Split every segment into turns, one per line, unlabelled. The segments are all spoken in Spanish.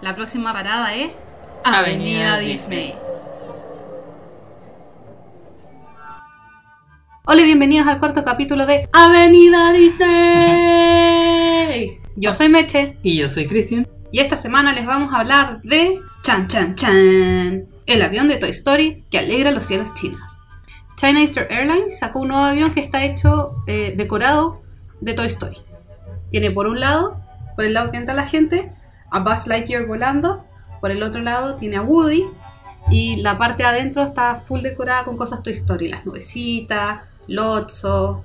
La próxima parada es
Avenida
Avenida
Disney.
Disney.
Hola y bienvenidos al cuarto capítulo de Avenida Disney. Yo soy Meche
Y yo soy Cristian.
y esta semana les vamos a hablar de Chan Chan Chan, el avión de Toy Story que alegra los cielos chinas. China Eastern Airlines sacó un nuevo avión que está hecho eh, decorado de Toy Story. Tiene por un lado, por el lado que entra la gente, a Buzz Lightyear volando, por el otro lado tiene a Woody y la parte de adentro está full decorada con cosas Toy Story, las nubecitas, Lotso,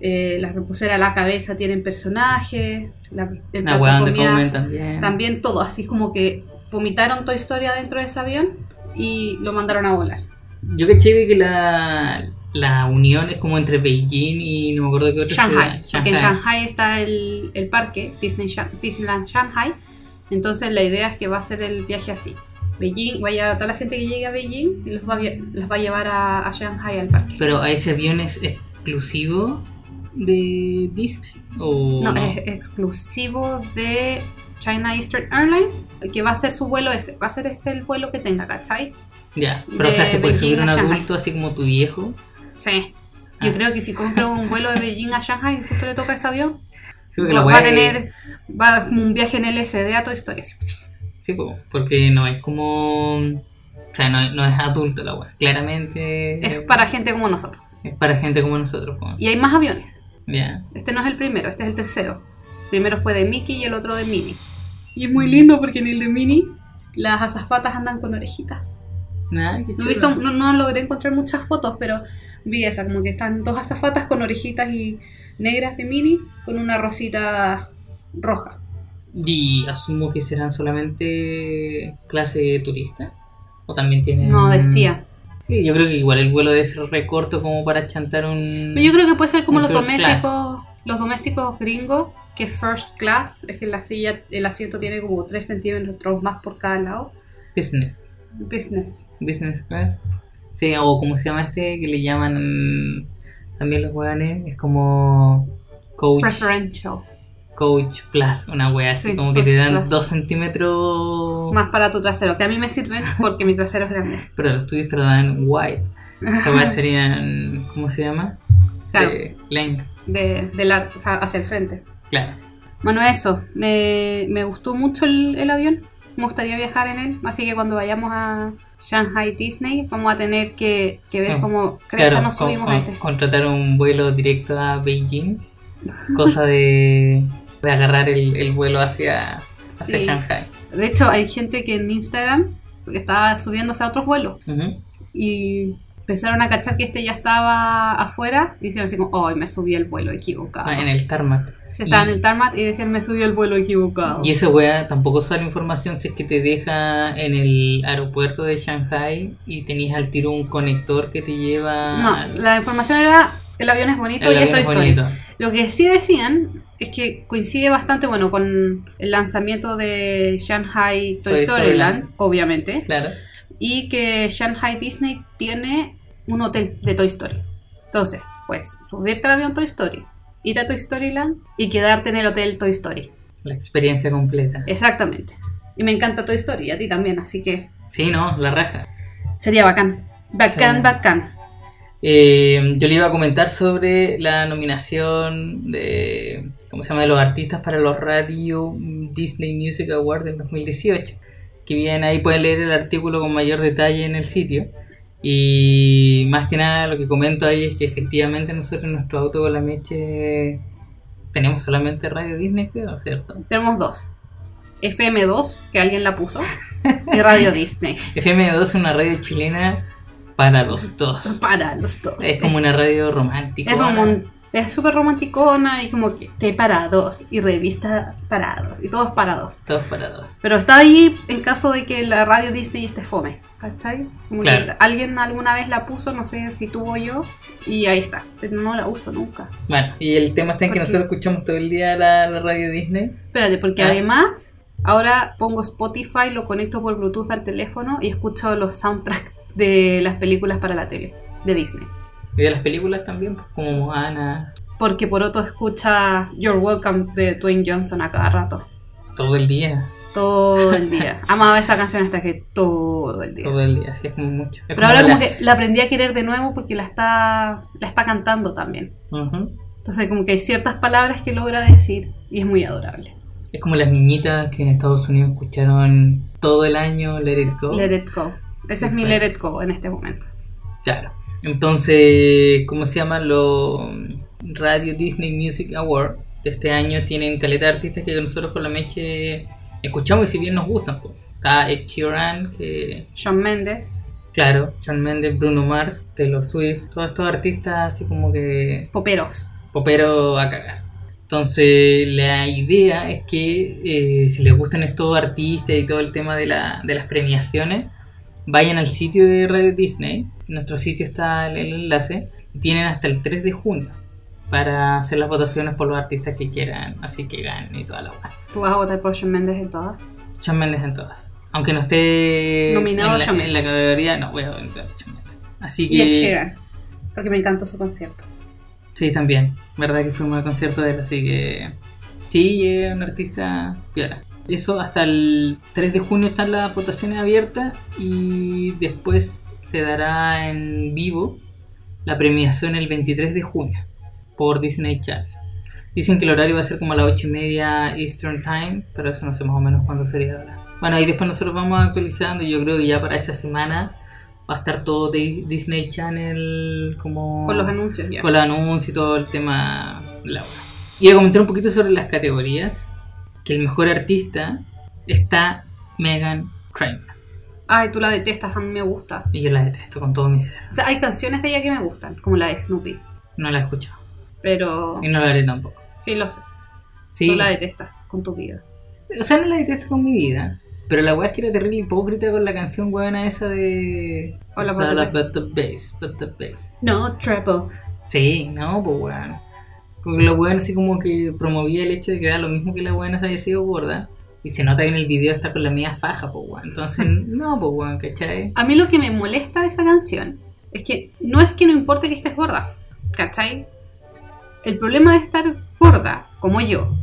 eh, la reposera a la cabeza tienen personajes, la, el
Una
plato
weá
de
donde
comida-
comen también.
también todo, así como que vomitaron toda historia dentro de ese avión y lo mandaron a volar.
Yo caché de que la, la unión es como entre Beijing y no me acuerdo qué otra
Shanghai,
ciudad.
porque en Shanghai está el, el parque Disney Shan- Disneyland Shanghai, entonces la idea es que va a ser el viaje así. Beijing, va a llevar a toda la gente que llegue a Beijing y los va a, via- los va a llevar a, a Shanghai al parque.
Pero ¿a ese avión es exclusivo de Disney o
no, es exclusivo de China Eastern Airlines, que va a ser su vuelo ese, va a ser ese el vuelo que tenga, ¿cachai?
Ya, pero o
de
sea, se puede
Beijing
subir
a
un
Shanghai.
adulto así como tu viejo.
Sí.
Ah.
Yo creo que si compro un vuelo de Beijing a Shanghai, justo le toca ese avión,
Creo que la
va
weá
a
es-
tener va como un viaje en LSD a Toy Story. así.
Sí, po, porque no es como. O sea, no, no es adulto la weá. Claramente.
Es para gente como nosotros.
es para gente como nosotros, po.
Y hay más aviones.
Ya.
Este no es el primero, este es el tercero. El primero fue de Mickey y el otro de Minnie. Y es muy lindo porque en el de Minnie las azafatas andan con orejitas.
Nada, qué
No,
chulo.
he visto, no, no logré encontrar muchas fotos, pero vi esa, como que están dos azafatas con orejitas y negras de Minnie con una rosita roja.
Y asumo que serán solamente clase turista. O también tienen.
No decía.
Sí, yo creo que igual el vuelo debe ser recorto como para chantar un.
Pero yo creo que puede ser como
Un
los
first
domésticos,
class.
los domésticos gringos, que first class, es que la silla, el asiento tiene como 3 centímetros más por cada lado.
Business.
Business.
Business class. Sí, o como se llama este que le llaman mm, también los hueones. Es como. Coach.
Preferential.
Coach Plus, una wea así,
Sí,
como que
Coach
te dan
Plus.
dos centímetros.
Más para tu trasero, que a mí me sirven porque mi trasero es grande.
Pero los tuyos te lo dan wide. Esta wea serían. ¿Cómo se llama?
Claro,
Eh, length,
de, de la, o sea, hacia el frente.
claro.
Bueno, eso. Me, me gustó mucho el, el avión. Me gustaría viajar en él. Así que cuando vayamos a Shanghai Disney, vamos a tener que, que ver
Mm,
cómo creo
Claro,
nos
con-
subimos
con-
a este.
contratar un vuelo directo a Beijing. Cosa de, de agarrar el, el vuelo hacia, hacia
Sí.
Shanghai.
De hecho, hay gente que en Instagram estaba subiéndose a otros vuelos
Ujú.
y empezaron a cachar que este ya estaba afuera y hicieron así como, ¡ay, me subí el vuelo equivocado!
Ah, En el tarmac.
Estaban
y-
en el tarmac y decían, me subí el vuelo equivocado.
Y esa wea tampoco sale información si es que te deja en el aeropuerto de Shanghai y tenés al tiro un conector que te lleva.
No,
al-
la información era, el avión es bonito
el
y
avión
esto
es
es
bonito.
bonito. Lo que sí decían es que coincide bastante, bueno, con el lanzamiento de Shanghai Toy,
Toy
Story
Story
Land,
Land.
obviamente,
Claro.
y que Shanghai Disney tiene un hotel de Toy Story. Entonces, pues, subirte al avión Toy Story, ir a Toy Story Land y quedarte en el hotel Toy Story.
La experiencia completa.
Eh. Exactamente. Y me encanta Toy Story, y a ti también, así que
Sí, no, la raja.
sería bacán. Bacán,
Sí.
bacán.
Eh, yo le iba a comentar sobre la nominación de, ¿cómo se llama?, de los artistas para los Radio Disney Music Awards del 2018. Que bien, ahí pueden leer el artículo con mayor detalle en el sitio. Y más que nada lo que comento ahí es que efectivamente nosotros en nuestro auto con la meche tenemos solamente Radio Disney, creo, ¿cierto?
Tenemos dos. FM2, que alguien la puso, y Radio Disney.
FM2 es una radio chilena para los dos.
Para los dos.
Es como una radio romántica.
Es romon- es súper romanticona y como que té para dos y revista para dos y todos para dos.
Todos para dos.
Pero está ahí en caso de que la radio Disney esté fome. ¿Cachai? Como que
Claro.
alguien alguna vez la puso, no sé si tú o yo, y ahí está. Pero no la uso nunca.
Bueno, y el tema está en que
Porque-
nosotros escuchamos todo el día la, la radio Disney.
Espérate, porque
Ah.
además ahora pongo Spotify, lo conecto por Bluetooth al teléfono y escucho los soundtracks de las películas para la tele de Disney.
Y de las películas también, pues, como Moana,
Porque Poroto escucha You're Welcome de Dwayne Johnson a cada rato.
todo el día.
Todo el día. Amaba esa canción hasta que todo el día.
Todo el día, así es como mucho. Es
Pero
como
ahora como
la-
que la aprendí a querer de nuevo porque la está, la está cantando también.
Ujú.
Entonces como que hay ciertas palabras que logra decir y es muy adorable.
Es como las niñitas que en Estados Unidos escucharon todo el año Let It Go.
Let it go. Ese es mi let it go en este momento.
Claro. Entonces, ¿cómo se llama? Los Radio Disney Music Award de este año tienen caleta de artistas que nosotros con la Meche escuchamos y si bien nos gustan. pues. Está Ed Sheeran, que
Shawn Mendes,
claro, Shawn Mendes, Bruno Mars, Taylor Swift, todos estos artistas así como que
Poperos.
popero a cagar. Entonces la idea es que eh, si les gustan estos artistas y todo el tema de, la- de las premiaciones, vayan al sitio de Radio Disney, en nuestro sitio está el, el enlace, y tienen hasta el 3 de junio para hacer las votaciones por los artistas que quieran, así que ganen y toda la buena.
Tú vas a votar por Shawn Mendes en todas.
Shawn Mendes en todas. Aunque no esté
Nominado
en, la,
Shawn
en la
Mendes.
categoría, no voy a votar por Shawn Mendes. Así que...
Y Ed Sheeran, porque me encantó su concierto.
Sí, también. Verdad que fuimos al concierto de él, así que. Sí, es un artista piola. Eso hasta el 3 de junio están las votaciones abiertas y después se dará en vivo la premiación el 23 de junio por Disney Channel. Dicen que el horario va a ser como a las 8 y media Eastern Time, pero eso no sé más o menos cuándo sería ahora. Bueno, y después nosotros vamos actualizando y yo creo que ya para esta semana va a estar todo de Disney Channel como
Con los anuncios ya.
con los anuncios y todo el tema. La wea. y a comentar un poquito sobre las categorías. Que el mejor artista está Megan Trainor.
Ay, tú la detestas, a mí me gusta.
Y yo la detesto con todo mi ser.
O sea, hay canciones de ella que me gustan, como la de Snoopy.
No la escucho.
Pero
Y no la haré tampoco.
sí lo sé.
Sí.
Tú la detestas con tu vida.
O sea, no la detesto con mi vida. Pero la weá es que era terrible hipócrita con la canción buena esa de.
Hola,
It's all
Patrick.
about the bass, about the bass.
No, Trouble.
Sí, no, pues weón. Porque la weón así como que promovía el hecho de que da lo mismo que la weón haya sido gorda. Y se nota que en el video está con la media faja, pues weón. Entonces, no, pues weón, ¿cachai?
A mí lo que me molesta de esa canción es que no es que no importe que estés gorda, ¿cachai? El problema de estar gorda, como yo,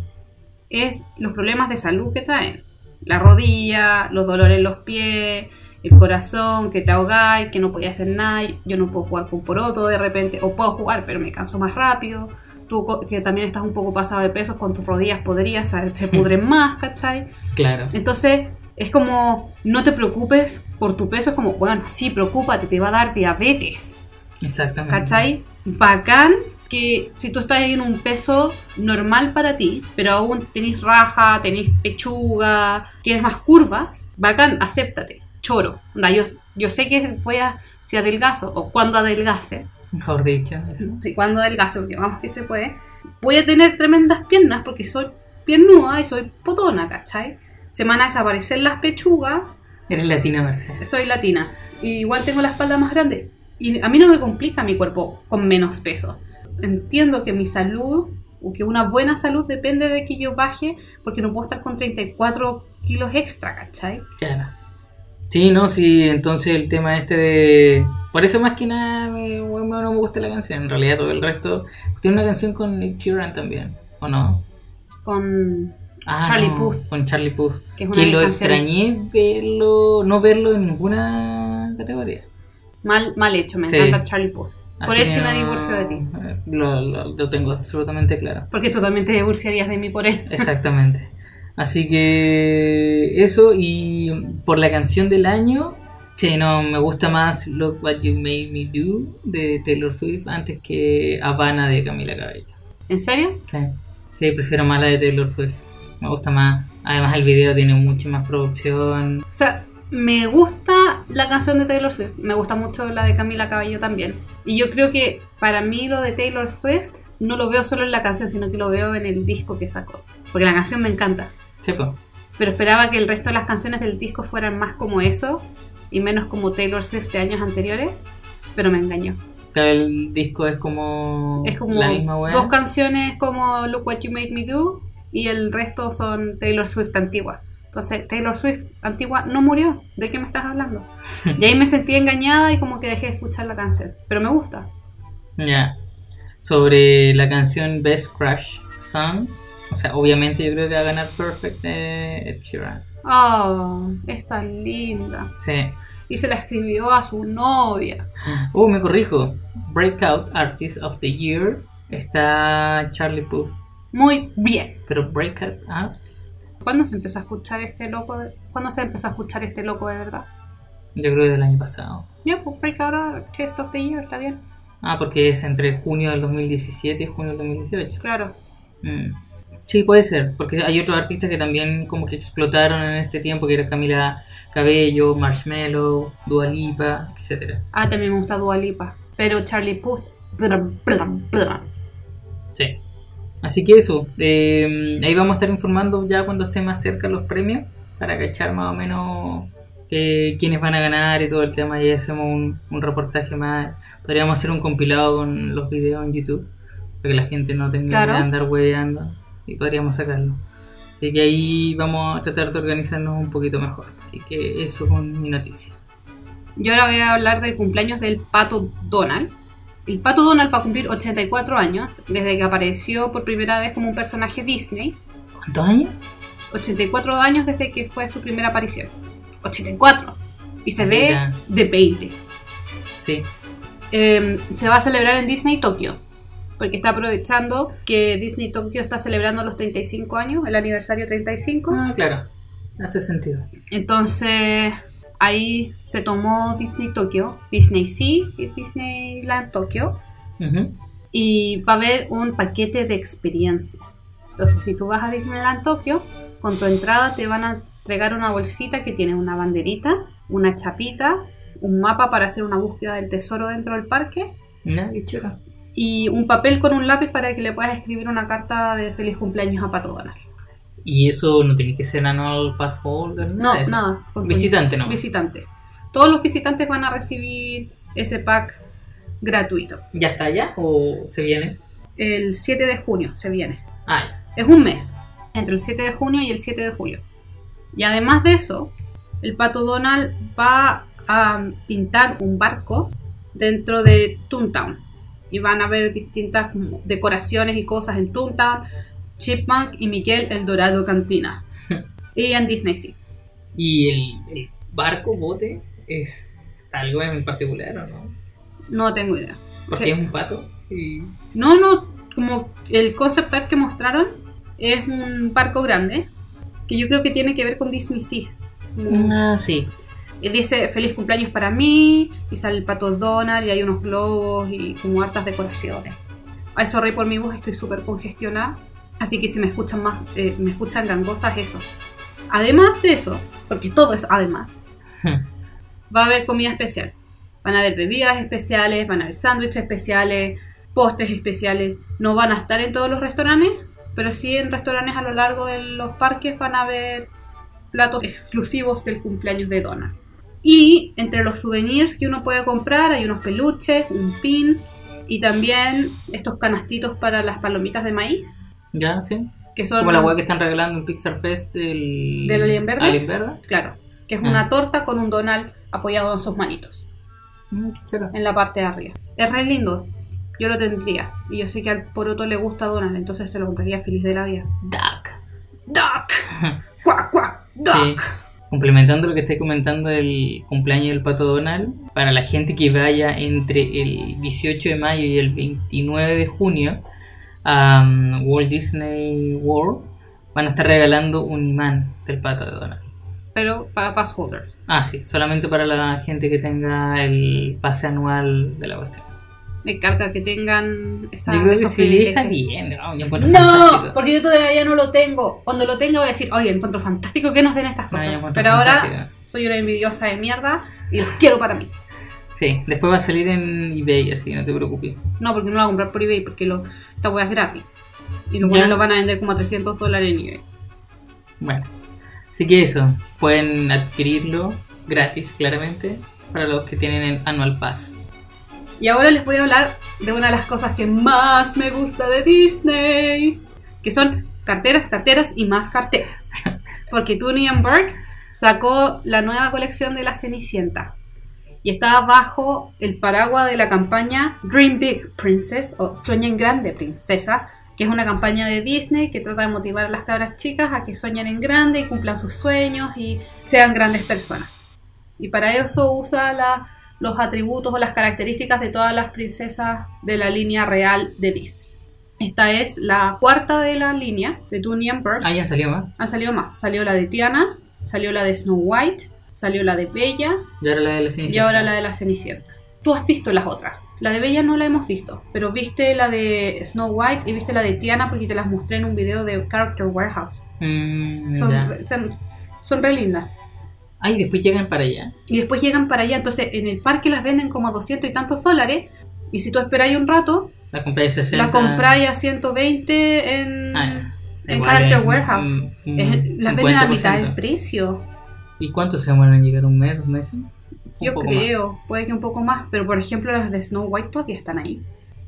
es los problemas de salud que traen. La rodilla, los dolores en los pies, el corazón, que te ahogáis, que no podías hacer nada, yo no puedo jugar con poroto de repente, o puedo jugar pero me canso más rápido. Tú co- que también estás un poco pasado de peso, con tus rodillas podrías, se pudren más, ¿cachai?
Claro.
Entonces, es como, no te preocupes por tu peso, es como, bueno, sí, preocúpate, te va a dar diabetes,
Exactamente.
¿cachai? Bacán que si tú estás en un peso normal para ti, pero aún tenés raja, tenés pechuga, tienes más curvas, bacán, acéptate, choro. Onda, yo, yo sé que voy a, si adelgazo, o cuando adelgace,
Mejor dicho. eso.
sí, cuando adelgazo, porque vamos que se puede, voy a tener tremendas piernas porque soy piernuda y soy potona, ¿cachai? Se van a desaparecer las pechugas
Eres latina, Mercedes.
soy latina y igual tengo la espalda más grande y a mí no me complica mi cuerpo con menos peso. Entiendo que mi salud o que una buena salud depende de que yo baje porque no puedo estar con 34 kilos extra, ¿cachai?
Claro. Sí, no, sí, entonces el tema este de... Por eso más que nada me, bueno, no me gusta la canción, en realidad todo el resto... Tiene una canción con Nick Sheeran también, ¿o no?
Con
Ah,
Charlie
no,
Puth.
Con Charlie Puth.
que es una
que
de
lo
mis canciones
extrañé verlo, no verlo en ninguna categoría.
mal, mal hecho, me
Sí.
encanta Charlie Puth. Por
Así
eso
que
me
no-
divorcio de ti.
Lo, lo- lo tengo absolutamente claro.
Porque tú también te divorciarías de mí por él.
Exactamente. Así que eso y por la canción del año, sí, no, me gusta más Look What You Made Me Do de Taylor Swift antes que Habana de Camila Cabello.
¿En serio?
Sí, sí prefiero más la de Taylor Swift. Me gusta más. Además el video tiene mucho más producción.
O sea, me gusta la canción de Taylor Swift, me gusta mucho la de Camila Cabello también. Y yo creo que para mí lo de Taylor Swift no lo veo solo en la canción, sino que lo veo en el disco que sacó. Porque la canción me encanta.
Sí, pues.
Pero esperaba que el resto de las canciones del disco fueran más como eso y menos como Taylor Swift de años anteriores. Pero me engañó.
Claro, el disco es como,
Es como
la misma weá.
dos canciones como Look What You Made Me Do y el resto son Taylor Swift antigua. Entonces, Taylor Swift antigua no murió. ¿De qué me estás hablando? Y ahí me sentí engañada y como que dejé de escuchar la canción. Pero me gusta.
Ya. Sobre la canción Best Crush Song. O sea, obviamente yo creo que va a ganar Perfect de eh, Ed Sheeran.
Oh, es tan linda.
Sí.
Y se la escribió a su novia.
Uh, me corrijo. Breakout Artist of the Year está Charlie Puth.
Muy bien.
Pero Breakout Art,
¿Cuándo se empezó a escuchar este loco? De... ¿Cuándo se empezó a escuchar este loco de verdad?
yo creo que del año pasado.
Ya, pues Breakout Artist of the Year, está bien.
Ah, porque es entre junio del 2017 y junio del 2018.
Claro.
Mm. Sí, puede ser, porque hay otros artistas que también como que explotaron en este tiempo, que era Camila Cabello, Marshmello, Dua Lipa, etc.
Ah, también me gusta Dua Lipa. Pero Charlie Puth. blam, blam, blam.
Sí. Así que eso, eh, ahí vamos a estar informando ya cuando estén más cerca los premios, para cachar más o menos eh, quiénes van a ganar y todo el tema, y hacemos un, un reportaje más. Podríamos hacer un compilado con los videos en YouTube, para que la gente no tenga
Claro.
que andar hueveando, y podríamos sacarlo. Así que ahí vamos a tratar de organizarnos un poquito mejor. Así que eso con mi noticia.
Yo ahora voy a hablar del cumpleaños del pato Donald. El pato Donald va a cumplir 84 años desde que apareció por primera vez como un personaje Disney.
¿Cuántos años?
84 años desde que fue su primera aparición. 84. Y se ve
Mira.
de 20.
Sí,
Eh, se va a celebrar en Disney Tokio. Porque está aprovechando que Disney Tokio está celebrando los 35 años, el aniversario 35.
Ah, claro. Hace sentido.
Entonces, ahí se tomó Disney Tokio, Disney Sea y Disneyland Tokio.
Ujú.
Y va a haber un paquete de experiencia. Entonces, si tú vas a Disneyland Tokio, con tu entrada te van a entregar una bolsita que tiene una banderita, una chapita, un mapa para hacer una búsqueda del tesoro dentro del parque
Mira, qué chora.
y un papel con un lápiz para que le puedas escribir una carta de feliz cumpleaños a Pato Donald.
Y eso no tiene que ser anual pass holder,
No,
de eso.
nada. con tu-
Visitante, no.
Visitante. Todos los visitantes van a recibir ese pack gratuito.
¿Ya está ya o se viene?
El 7 de junio se viene.
Ah, ya.
Es un mes, entre el 7 de junio y el 7 de julio. Y además de eso, el pato Donald va a pintar un barco dentro de Toontown. Y van a haber distintas como decoraciones y cosas en Toontown, Chipmunk y Miguel El Dorado Cantina. y en Disney sí.
¿Y el, el barco, bote, es algo en particular o no?
No tengo idea.
Porque
Sí.
es un pato. Y...
No, no, como el concept art que mostraron es un barco grande que yo creo que tiene que ver con Disney Seas.
Ah, sí.
Y dice feliz cumpleaños para mí y sale el pato Donald y hay unos globos y como hartas decoraciones. Ay, sorry por mi voz, estoy súper congestionada. Así que si me escuchan más, eh, me escuchan gangosas, eso. Además de eso, porque todo es además, va a haber comida especial. Van a haber bebidas especiales, van a haber sándwiches especiales, postres especiales. No van a estar en todos los restaurantes, pero sí en restaurantes a lo largo de los parques van a haber platos exclusivos del cumpleaños de Donna. Y entre los souvenirs que uno puede comprar hay unos peluches, un pin y también estos canastitos para las palomitas de maíz,
ya, sí.
que son
Como la hueá que están regalando en Pixar Fest del...
¿Del Alien Verde?
Alien Verde.
claro, que es
Ah.
una torta con un Donald apoyado en sus manitos.
Mm, qué chora.
en la parte de arriba. Es re lindo. Yo lo tendría. Y yo sé que al poroto le gusta Donald, entonces se lo compraría feliz de la vida.
Duck.
¡Duck! ¡Cuac, cuac! ¡Duck!
Complementando lo que estáis comentando del cumpleaños del Pato Donald, para la gente que vaya entre el 18 de mayo y el 29 de junio a um, Walt Disney World, van a estar regalando un imán del Pato de Donald.
Pero para pass holders.
Ah, sí, solamente para la gente que tenga el pase anual de la cuestión.
Me carga que tengan esa,
Yo creo que
Ah, esos
sí,
privilegios.
está bien. No, yo encuentro
No,
fantástico.
porque yo todavía no lo tengo. Cuando lo tenga voy a decir, oye, encuentro fantástico que nos den estas
No, yo
cosas.
encuentro
Pero ahora
fantástico.
soy una envidiosa de mierda y los quiero para mí.
Sí, después va a salir en eBay, así que no te preocupes.
No, porque no lo voy a comprar por eBay porque lo, esta weá es gratis. Y los
Ya.
buenos lo van a vender como a 300 dólares en eBay.
Bueno, así que eso, pueden adquirirlo gratis, claramente, para los que tienen el Annual Pass.
Y ahora les voy a hablar de una de las cosas que más me gusta de Disney, que son carteras, carteras y más carteras. Porque Tunian Burke sacó la nueva colección de la Cenicienta y está bajo el paraguas de la campaña Dream Big Princess o Sueña en Grande Princesa que es una campaña de Disney que trata de motivar a las cabras chicas a que sueñen en grande y cumplan sus sueños y sean grandes personas. Y para eso usa la- los atributos o las características de todas las princesas de la línea real de Disney. Esta es la cuarta de la línea de Toonie and Bird.
Ah, ya salió más.
Han salido más. Salió la de Tiana, salió la de Snow White, salió la de Bella,
Y ahora la de la
y
Cenicienta.
ahora la de la Cenicienta. Tú has visto las otras. La de Bella no la hemos visto, pero viste la de Snow White y viste la de Tiana porque te las mostré en un video de Character Warehouse.
Mm,
Son,
ya.
re- son, son re lindas.
Ah, y después llegan para allá.
Y después llegan para allá, entonces en el parque las venden como a 200 y tantos dólares. Y si tú esperáis un rato,
La compráis 60.
la compráis a 120 en...
Ah, ya.
en
Igual
Character
es un-
Warehouse.
un
es- las venden a
50%.
mitad del precio.
¿Y cuánto se demoran en llegar? ¿Un mes? ¿Dos meses? Un
Yo
poco más.
creo, puede que un poco más, pero por ejemplo las de Snow White todavía están ahí.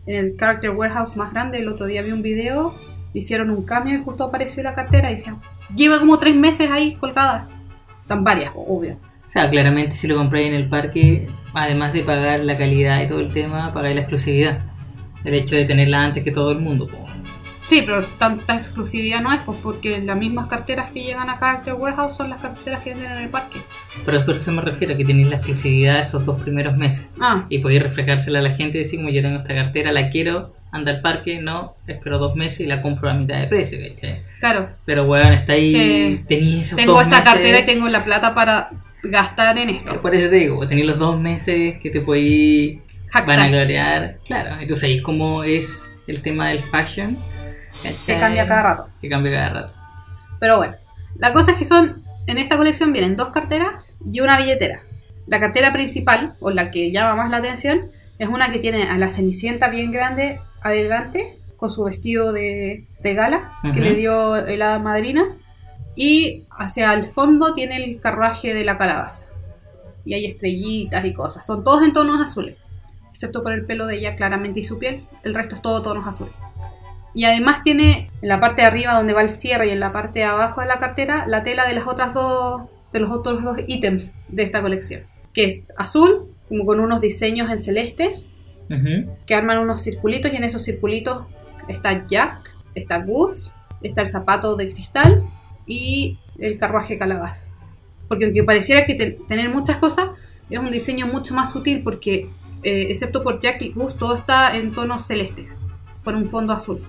En el Character Warehouse más grande, el otro día vi un video, hicieron un cambio y justo apareció la cartera y decían, lleva como tres meses ahí colgada. Son varias, o- obvio.
O sea, claramente si lo compráis en el parque, además de pagar la calidad y todo el tema, pagáis la exclusividad. El hecho de tenerla antes que todo el mundo. po.
Sí, pero tanta exclusividad no es, pues porque las mismas carteras que llegan a Character Warehouse son las carteras que venden en el parque.
Pero después eso me refiero a que tenéis la exclusividad esos dos primeros meses.
Ah,
Y podéis reflejársela a la gente y decir, como yo tengo esta cartera, la quiero, anda al parque, no, espero dos meses y la compro a mitad de precio, ¿cachai?
claro.
Pero weón, está ahí,
Eh,
tenéis esos
Tengo
dos
esta
meses-
cartera y tengo la plata para gastar en esto.
Por eso te digo, pues, tenéis los dos meses que te podéis van a
Jactar.
gloriar. Claro, entonces ahí es como es el tema del fashion.
Que
¿cachai?
cambia cada rato.
Que cambia cada rato.
Pero bueno, la cosa es que son, en esta colección vienen dos carteras y una billetera. La cartera principal, o la que llama más la atención, es una que tiene a la Cenicienta bien grande adelante, con su vestido de, de gala que
Ujú.
le dio el hada madrina. Y hacia el fondo tiene el carruaje de la calabaza. Y hay estrellitas y cosas. Son todos en tonos azules. Excepto por el pelo de ella claramente y su piel. El resto es todo tonos azules. Y además tiene en la parte de arriba donde va el cierre y en la parte de abajo de la cartera la tela de las otras dos de los otros dos ítems de esta colección, que es azul, como con unos diseños en celeste,
Ujú.
que arman unos circulitos y en esos circulitos está Jack, está Gus, está el zapato de cristal y el carruaje calabaza. Porque aunque pareciera que te- tener muchas cosas, es un diseño mucho más sutil porque eh, excepto por Jack y Gus todo está en tonos celestes, con un fondo azul.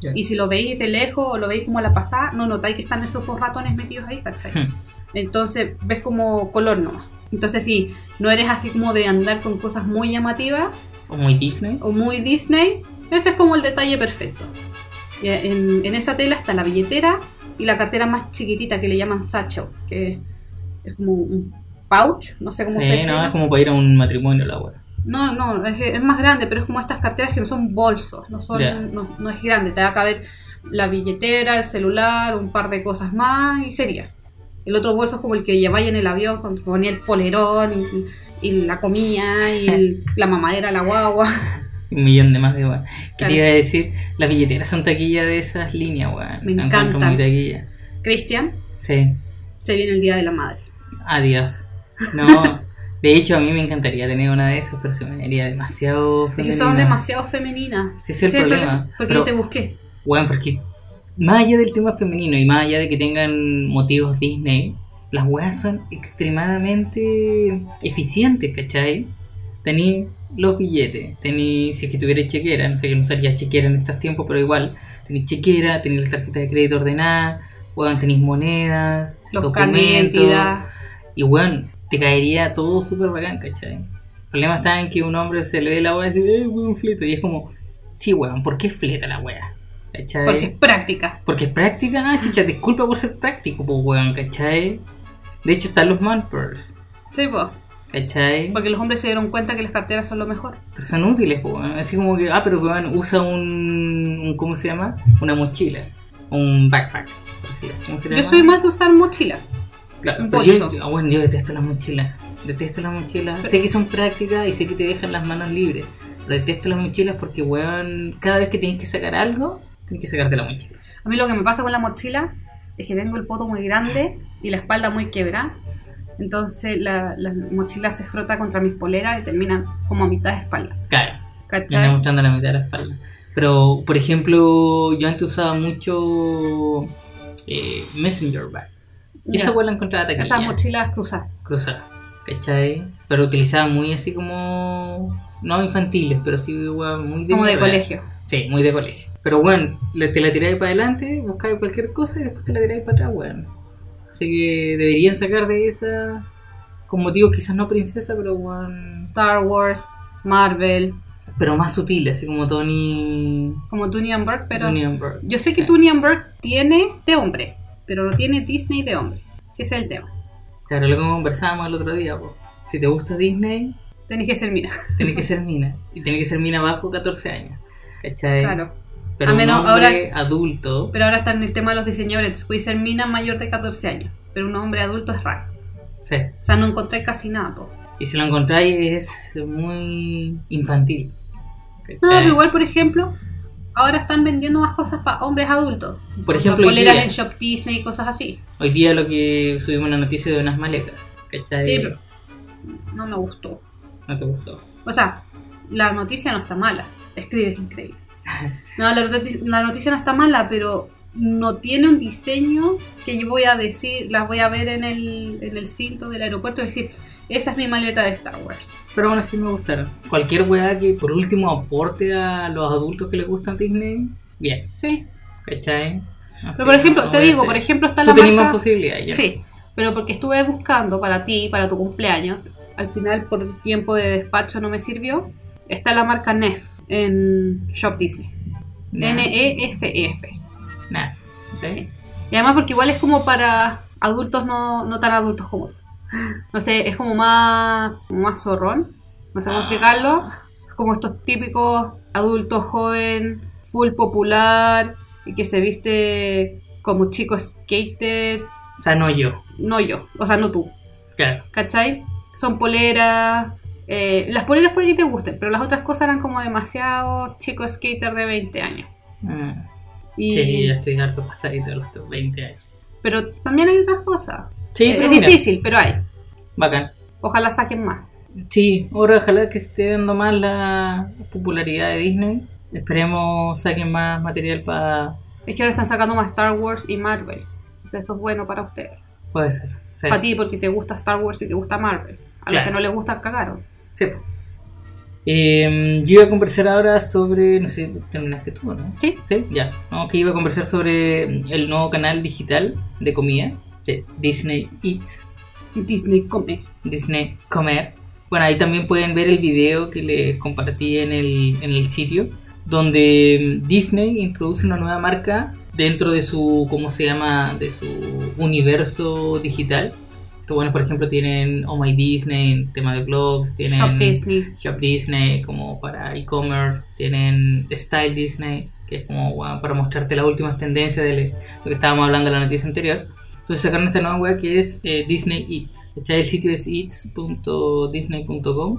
Ya.
Y si lo veis de lejos o lo veis como a la pasada, no notáis que están esos dos ratones metidos ahí, ¿cachai? Entonces ves como color nomás. Entonces si no eres así como de andar con cosas muy llamativas,
O muy Disney.
o muy Disney. Ese es como el detalle perfecto. Y En, en esa tela está la billetera y la cartera más chiquitita que le llaman satchel, que es como un pouch, no sé cómo
Sí,
ustedes
no, es
llaman.
como para ir a un matrimonio la wea.
No, no, es, es más grande, pero es como estas carteras que no son bolsos, no, son,
Ya.
no, no es grande, te va a caber la billetera, el celular, un par de cosas más y sería. El otro bolso es como el que lleváis en el avión, cuando ponía el polerón y, y la comida y el- la mamadera, la guagua.
Un millón de más de weas. ¿Qué
Claro.
te iba a decir? Las billeteras son taquilla de esas líneas, weón.
Me
La encuentro
encantan.
muy taquilla.
Cristian,
Sí.
se viene el Día de la Madre.
Adiós. No. de hecho, a mí me encantaría tener una de esas, pero se me haría demasiado
Es que son
femenina.
demasiado femeninas.
Sí, ese es el problema,
Porque
pero-
te busqué.
Bueno, porque más allá del tema femenino y más allá de que tengan motivos Disney, las weas son extremadamente eficientes, ¿cachai? Tení los billetes, tení, si es que tuvieras chequera, no sé que no usaría chequera en estos tiempos, pero igual, tení chequera, tení la tarjeta de crédito ordenada, weón, tenís monedas,
Los carnes de identidad.
y weón, te caería todo súper bacán, ¿cachai? El problema está en que un hombre se le ve la wea y dice, eh, weón, fleto. Y es como, sí, weón, ¿por qué fleta la wea? ¿Cachai?
Porque es práctica.
Porque es práctica, ah, chicha, disculpa por ser práctico, pues weón, ¿cachai? De hecho están los manpers,
Sí, po,
¿cachai?
Porque los hombres se dieron cuenta que las carteras son lo mejor.
Pero son útiles, pues weón. Así como que, ah, pero weón, usa un, un- ¿cómo se llama? Una mochila, un backpack. por así decirlo. ¿Cómo se
Yo
llama?
soy más de usar mochila.
Claro,
un
pero yo,
bolso.
ah, bueno, yo detesto las mochilas. Detesto las mochilas. Sé que son prácticas y sé que te dejan las manos libres. Pero detesto las mochilas porque, weón, cada vez que tienes que sacar algo, tienes que sacarte la mochila.
A mí lo que me pasa con la mochila es que tengo el poto muy grande y la espalda muy quebrada. Entonces la, la mochila se frota contra mis poleras y terminan como a mitad de espalda.
Claro. Me
¿Cachai?
anda mostrando la mitad de la espalda. Pero, por ejemplo, yo antes usaba mucho eh, Messenger Bag. Y
Ya.
esa weá la encontraba taquilla.
Esas mochilas cruzadas.
cruzada, ¿cachai? Pero utilizaba muy así como. No infantiles, pero sí weá, muy
Como de
mierda.
colegio.
Sí, muy de colegio. Pero bueno, la- te la tiráis para adelante, buscáis cualquier cosa y después te la tiráis para atrás, weón. Así que deberían sacar de esa. Con motivos quizás no princesa, pero weón.
Star Wars, Marvel,
Pero más sutil, así como Tony.
como Dunianberg, pero.
Tony Amber.
Yo sé que Dunianberg tiene de hombre, pero no tiene Disney de hombre. Si ese es el tema.
Claro, lo que conversábamos el otro día, po. Si te gusta Disney,
Tenés que ser mira.
tiene que ser mina. Y tiene que ser mina bajo 14 años. ¿Cachai?
Claro.
Pero
A
un
menos
hombre adulto.
Pero ahora está en el tema de los diseñadores. Puede ser mina mayor de 14 años, pero un hombre adulto es raro.
Sí.
O sea, no encontré casi nada. po.
Y si lo encontráis es muy infantil. ¿cachai?
No, pero igual, por ejemplo, ahora están vendiendo más cosas para hombres adultos.
Por
O sea,
ejemplo, hoy
poleras
día.
en Shop Disney y cosas así.
Hoy día lo que subimos una noticia de unas maletas. ¿Cachai?
Sí, pero no me gustó.
No te gustó.
O sea, la noticia no está mala. Escribes increíble. No, la noticia, la noticia no está mala, pero no tiene un diseño que yo voy a decir, las voy a ver en el, en el cinto del aeropuerto y decir, esa es mi maleta de Star Wars.
Pero aún así me gustaron. Cualquier weá que por último aporte a los adultos que les gusta Disney, bien.
Sí.
¿Cachai?
Pero por ejemplo, te digo, por ejemplo, está la
Tú tenías más
marca...
posibilidades, ya.
Sí, pero porque estuve buscando para ti, para tu cumpleaños, al final por tiempo de despacho no me sirvió, está la marca NEF en Shop Disney. E
Nah,
N-E-F-F.
nah, ¿cachai?
Sí. Y además porque igual es como para adultos no, no tan adultos como tú. No sé, es como más, como más zorrón. No
Ah.
sé cómo explicarlo. Es como estos típicos adultos joven, full popular, y que se viste como chico skater.
O sea, no yo.
No yo, o sea, no tú.
Claro.
¿Cachai? Son poleras. eh, las poleras puede que te gusten, pero las otras cosas eran como demasiado chico skater de 20 años.
Ah,
Y,
Sí, ya estoy harto pasadito de los 20 años.
Pero también hay otras cosas.
Sí,
es
pero mira,
difícil, pero hay.
Bacán.
Ojalá saquen más.
Sí, ahora ojalá que se esté dando más la popularidad de Disney. Esperemos saquen más material para...
Es que ahora están sacando más Star Wars y Marvel. O sea, eso es bueno para ustedes.
Puede ser. Sí.
Para ti, porque te gusta Star Wars y te gusta Marvel. A los
Claro.
que no les gusta, cagaron.
Sí, po. Em, yo iba a conversar ahora sobre... No sé, terminaste tú, ¿no?
Sí.
Sí, ya. No, que iba a conversar sobre el nuevo canal digital de comida. de Disney Eats.
Disney come.
Disney Comer. Bueno, ahí también pueden ver el video que les compartí en el, en el sitio, donde mm, Disney introduce una nueva marca dentro de su, ¿cómo se llama?, de su universo digital. Que bueno, por ejemplo, tienen Oh My Disney, tema de blogs, tienen
Shop Disney.
Shop Disney como para e-commerce, tienen Style Disney, que es como bueno, para mostrarte las últimas tendencias de lo que estábamos hablando en la noticia anterior. Entonces sacaron esta nueva web que es eh, Disney Eats. ¿cachai? El sitio es eats.disney.com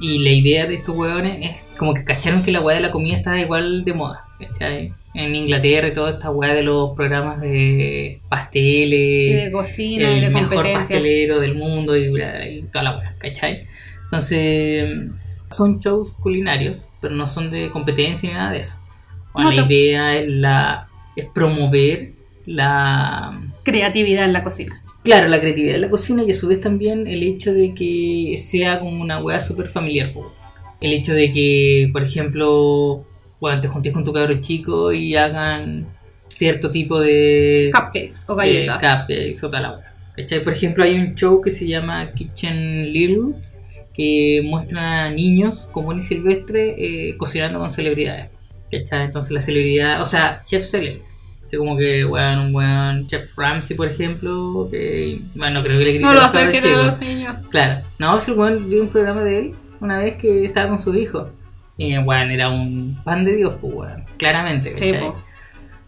y la idea de estos hueones es como que cacharon que la hueá de la comida estaba igual de moda. ¿cachai? En Inglaterra y toda esta hueá de los programas de
Y
pasteles
de cocina y
el
de
mejor
competencia.
pastelero del mundo y, bla, bla, y toda la wea, ¿cachai? Entonces, son shows culinarios, pero no son de competencia ni nada de eso. Bueno,
No
la
te-
idea es, la, es promover la,
Creatividad en la cocina.
Claro, la creatividad de la cocina y a su vez también el hecho de que sea como una hueá súper familiar. po. El hecho de que, por ejemplo, bueno, te juntes con tu cabro chico y hagan cierto tipo de
Cupcakes o
eh,
galletas.
cupcakes o tal agua. ¿Cachai? Por ejemplo, hay un show que se llama Kitchen Little que muestra a niños comunes y silvestres eh, cocinando con celebridades. ¿Cachai? Entonces la celebridad, o sea, chefs célebres. Así como que, bueno, un buen chef Ramsey, por ejemplo, que, bueno, creo que le
no
gritó
lo
a los
hacen
cabros
que no
chicos.
los niños.
Claro. No, si el weón vi un programa de él una vez que estaba con su hijo. Y, bueno, era un pan de Dios, pues, weón. Claramente,
Sí,
¿cachai?
po.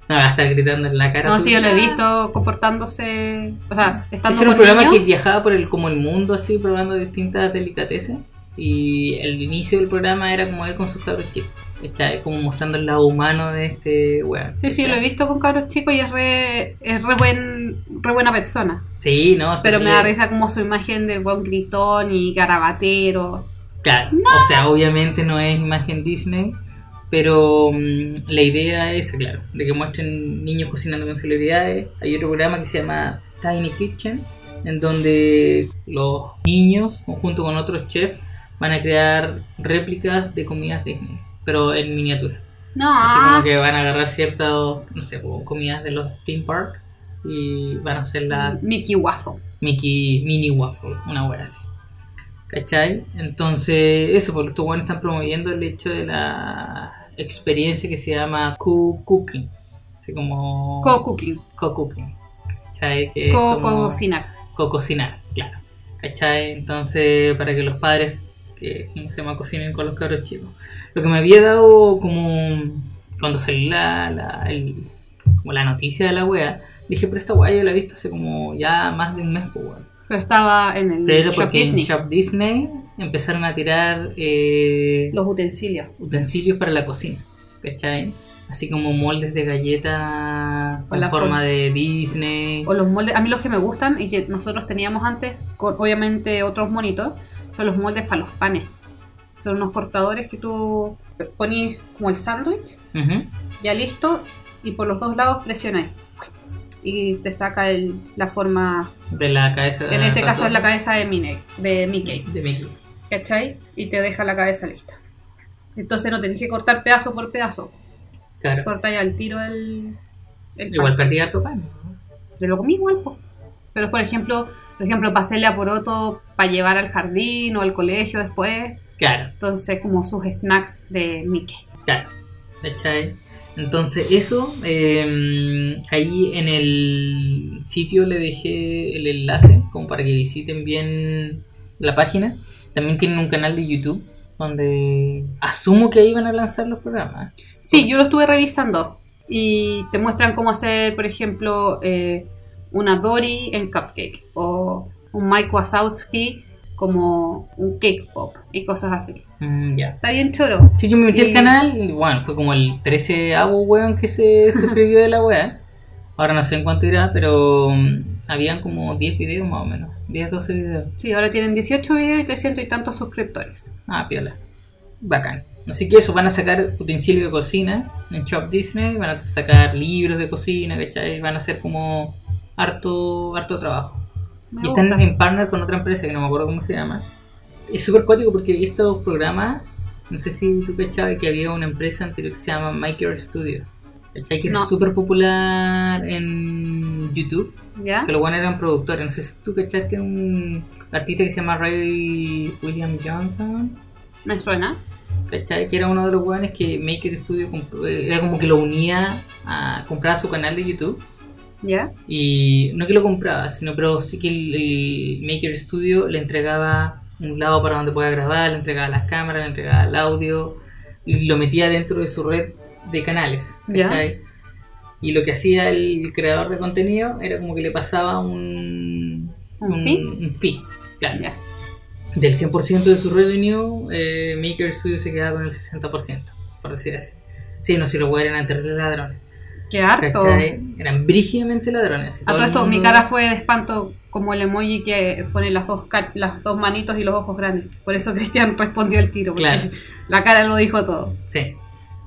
No, va a estar gritando en la cara. a
No,
su
sí, yo lo he
hija.
visto comportándose. O sea, estando
Ese era un
con
programa que
niños.
viajaba por el, como el mundo así, probando distintas delicateces. Y el inicio del programa era como él con sus cabros chicos. ¿cachai? Como mostrando el lado humano de este weón.
Sí, sí, lo he
¿cachai?
visto con cabros chicos y es re, es re, buen, re buena persona.
Sí, no. está
Pero me
bien.
da risa como su imagen del buen gritón y garabatero.
Claro. O sea, obviamente no es imagen Disney. Pero mm, la idea es, claro, de que muestren niños cocinando con celebridades. Hay otro programa que se llama Tiny Kitchen, en donde los niños, junto con otros chefs, van a crear réplicas de comidas Disney, pero en miniatura. Así como
No, ah,
que van a agarrar ciertas, no sé, como comidas de los theme park y van a hacerlas
Mickey Waffle.
Mickey Mini Waffle, una hueá así. ¿Cachai? Entonces, eso, porque estos buenos están promoviendo el hecho de la experiencia que se llama co-cooking. Así como.
Co-cooking,
Co-cooking. ¿Cachai? Que es como-
co-cocinar.
co-cocinar, claro. ¿Cachai? Entonces, para que los padres, que ¿cómo se llama? Cocinen con los cabros chicos. Lo que me había dado como cuando salió la, la- el- como la noticia de la wea, dije, pero esta wea yo la he visto hace como ya más de un mes, pues, weón".
Pero estaba en el
Pero
Shop
porque
Disney.
en Shop Disney empezaron a tirar eh,
Los utensilios.
utensilios para la cocina, ¿cachai? Así como moldes de galletas con
la
forma
forma.
de Disney.
O los moldes. A mí los que me gustan y que nosotros teníamos antes, con obviamente otros monitos, son los moldes para los panes. Son unos cortadores que tú pones como el sándwich,
Ujú.
ya listo, y por los dos lados presionáis. Y te saca el- la forma,
De la cabeza
en este caso es la
cabeza
cabeza de Minnie, de Mickey.
de Mickey.
¿cachai? Y te deja la cabeza lista. Entonces no tenés que cortar pedazo por pedazo.
Claro.
Cortáis al tiro el, el pan.
Igual perdí harto pan.
Yo lo comí igual, po. Pero por ejemplo, por ejemplo, pasé a poroto para llevar al jardín o al colegio después.
Claro,
Entonces, como sus snacks de Mickey.
claro. ¿Cachai? Entonces eso, eh, ahí en el sitio le dejé el enlace como para que visiten bien la página. También tienen un canal de YouTube donde asumo que ahí van a lanzar los programas.
Sí, yo lo estuve revisando. Y te muestran cómo hacer, por ejemplo, eh, una Dory en cupcake. O un Mike Wazowski como un cake pop. Y cosas así.
Mm, ya.
Está bien choro.
Sí, yo me metí al
Y-
canal y bueno, fue como el 13 avo weón que se suscribió de la wea. Ahora no sé en cuánto irá, pero mm, habían como 10 videos más o menos. 10, 12 videos.
Sí, ahora tienen 18 videos y 300 y tantos suscriptores.
Ah, piola. Bacán. Así que eso, van a sacar utensilios de cocina en Shop Disney, van a sacar libros de cocina, ¿cachai? Van a hacer como harto, harto trabajo.
Me
Y están
gusta.
en partner con otra empresa que no me acuerdo cómo se llama. Es súper cuático porque estos programas, no sé si tú cachabas que había una empresa anterior que se llama Maker Studios, ¿cachai? Que
No.
era súper popular en YouTube,
¿Ya?
que los buenos eran productores. No sé si tú cachaste un artista que se llama Ray William Johnson.
Me suena.
¿cachai? Que era uno de los weones que Maker Studio comp- eh, era como que lo unía a comprar su canal de YouTube.
¿Ya?
Y no que lo compraba, sino pero sí que el, el Maker Studio le entregaba un lado para donde pueda grabar, le entregaba las cámaras, le entregaba el audio, y lo metía dentro de su red de canales,
Ya.
¿cachai? Y lo que hacía el creador de contenido era como que le pasaba un...
¿Un fee?
Un fee, claro.
Ya.
Del 100% de su revenue, eh, Maker Studio se queda con el 60%, por decir así. Sí, no, si lo eran antes de ladrones.
¡Qué harto!
¿Cachai? Eran brígidamente ladrones. y
A todo
el
esto,
mundo-
mi cara fue de espanto como el emoji que pone las dos, ca- las dos manitos y los ojos grandes. Por eso Cristian respondió al tiro. porque
Claro.
La cara lo dijo todo.
Sí.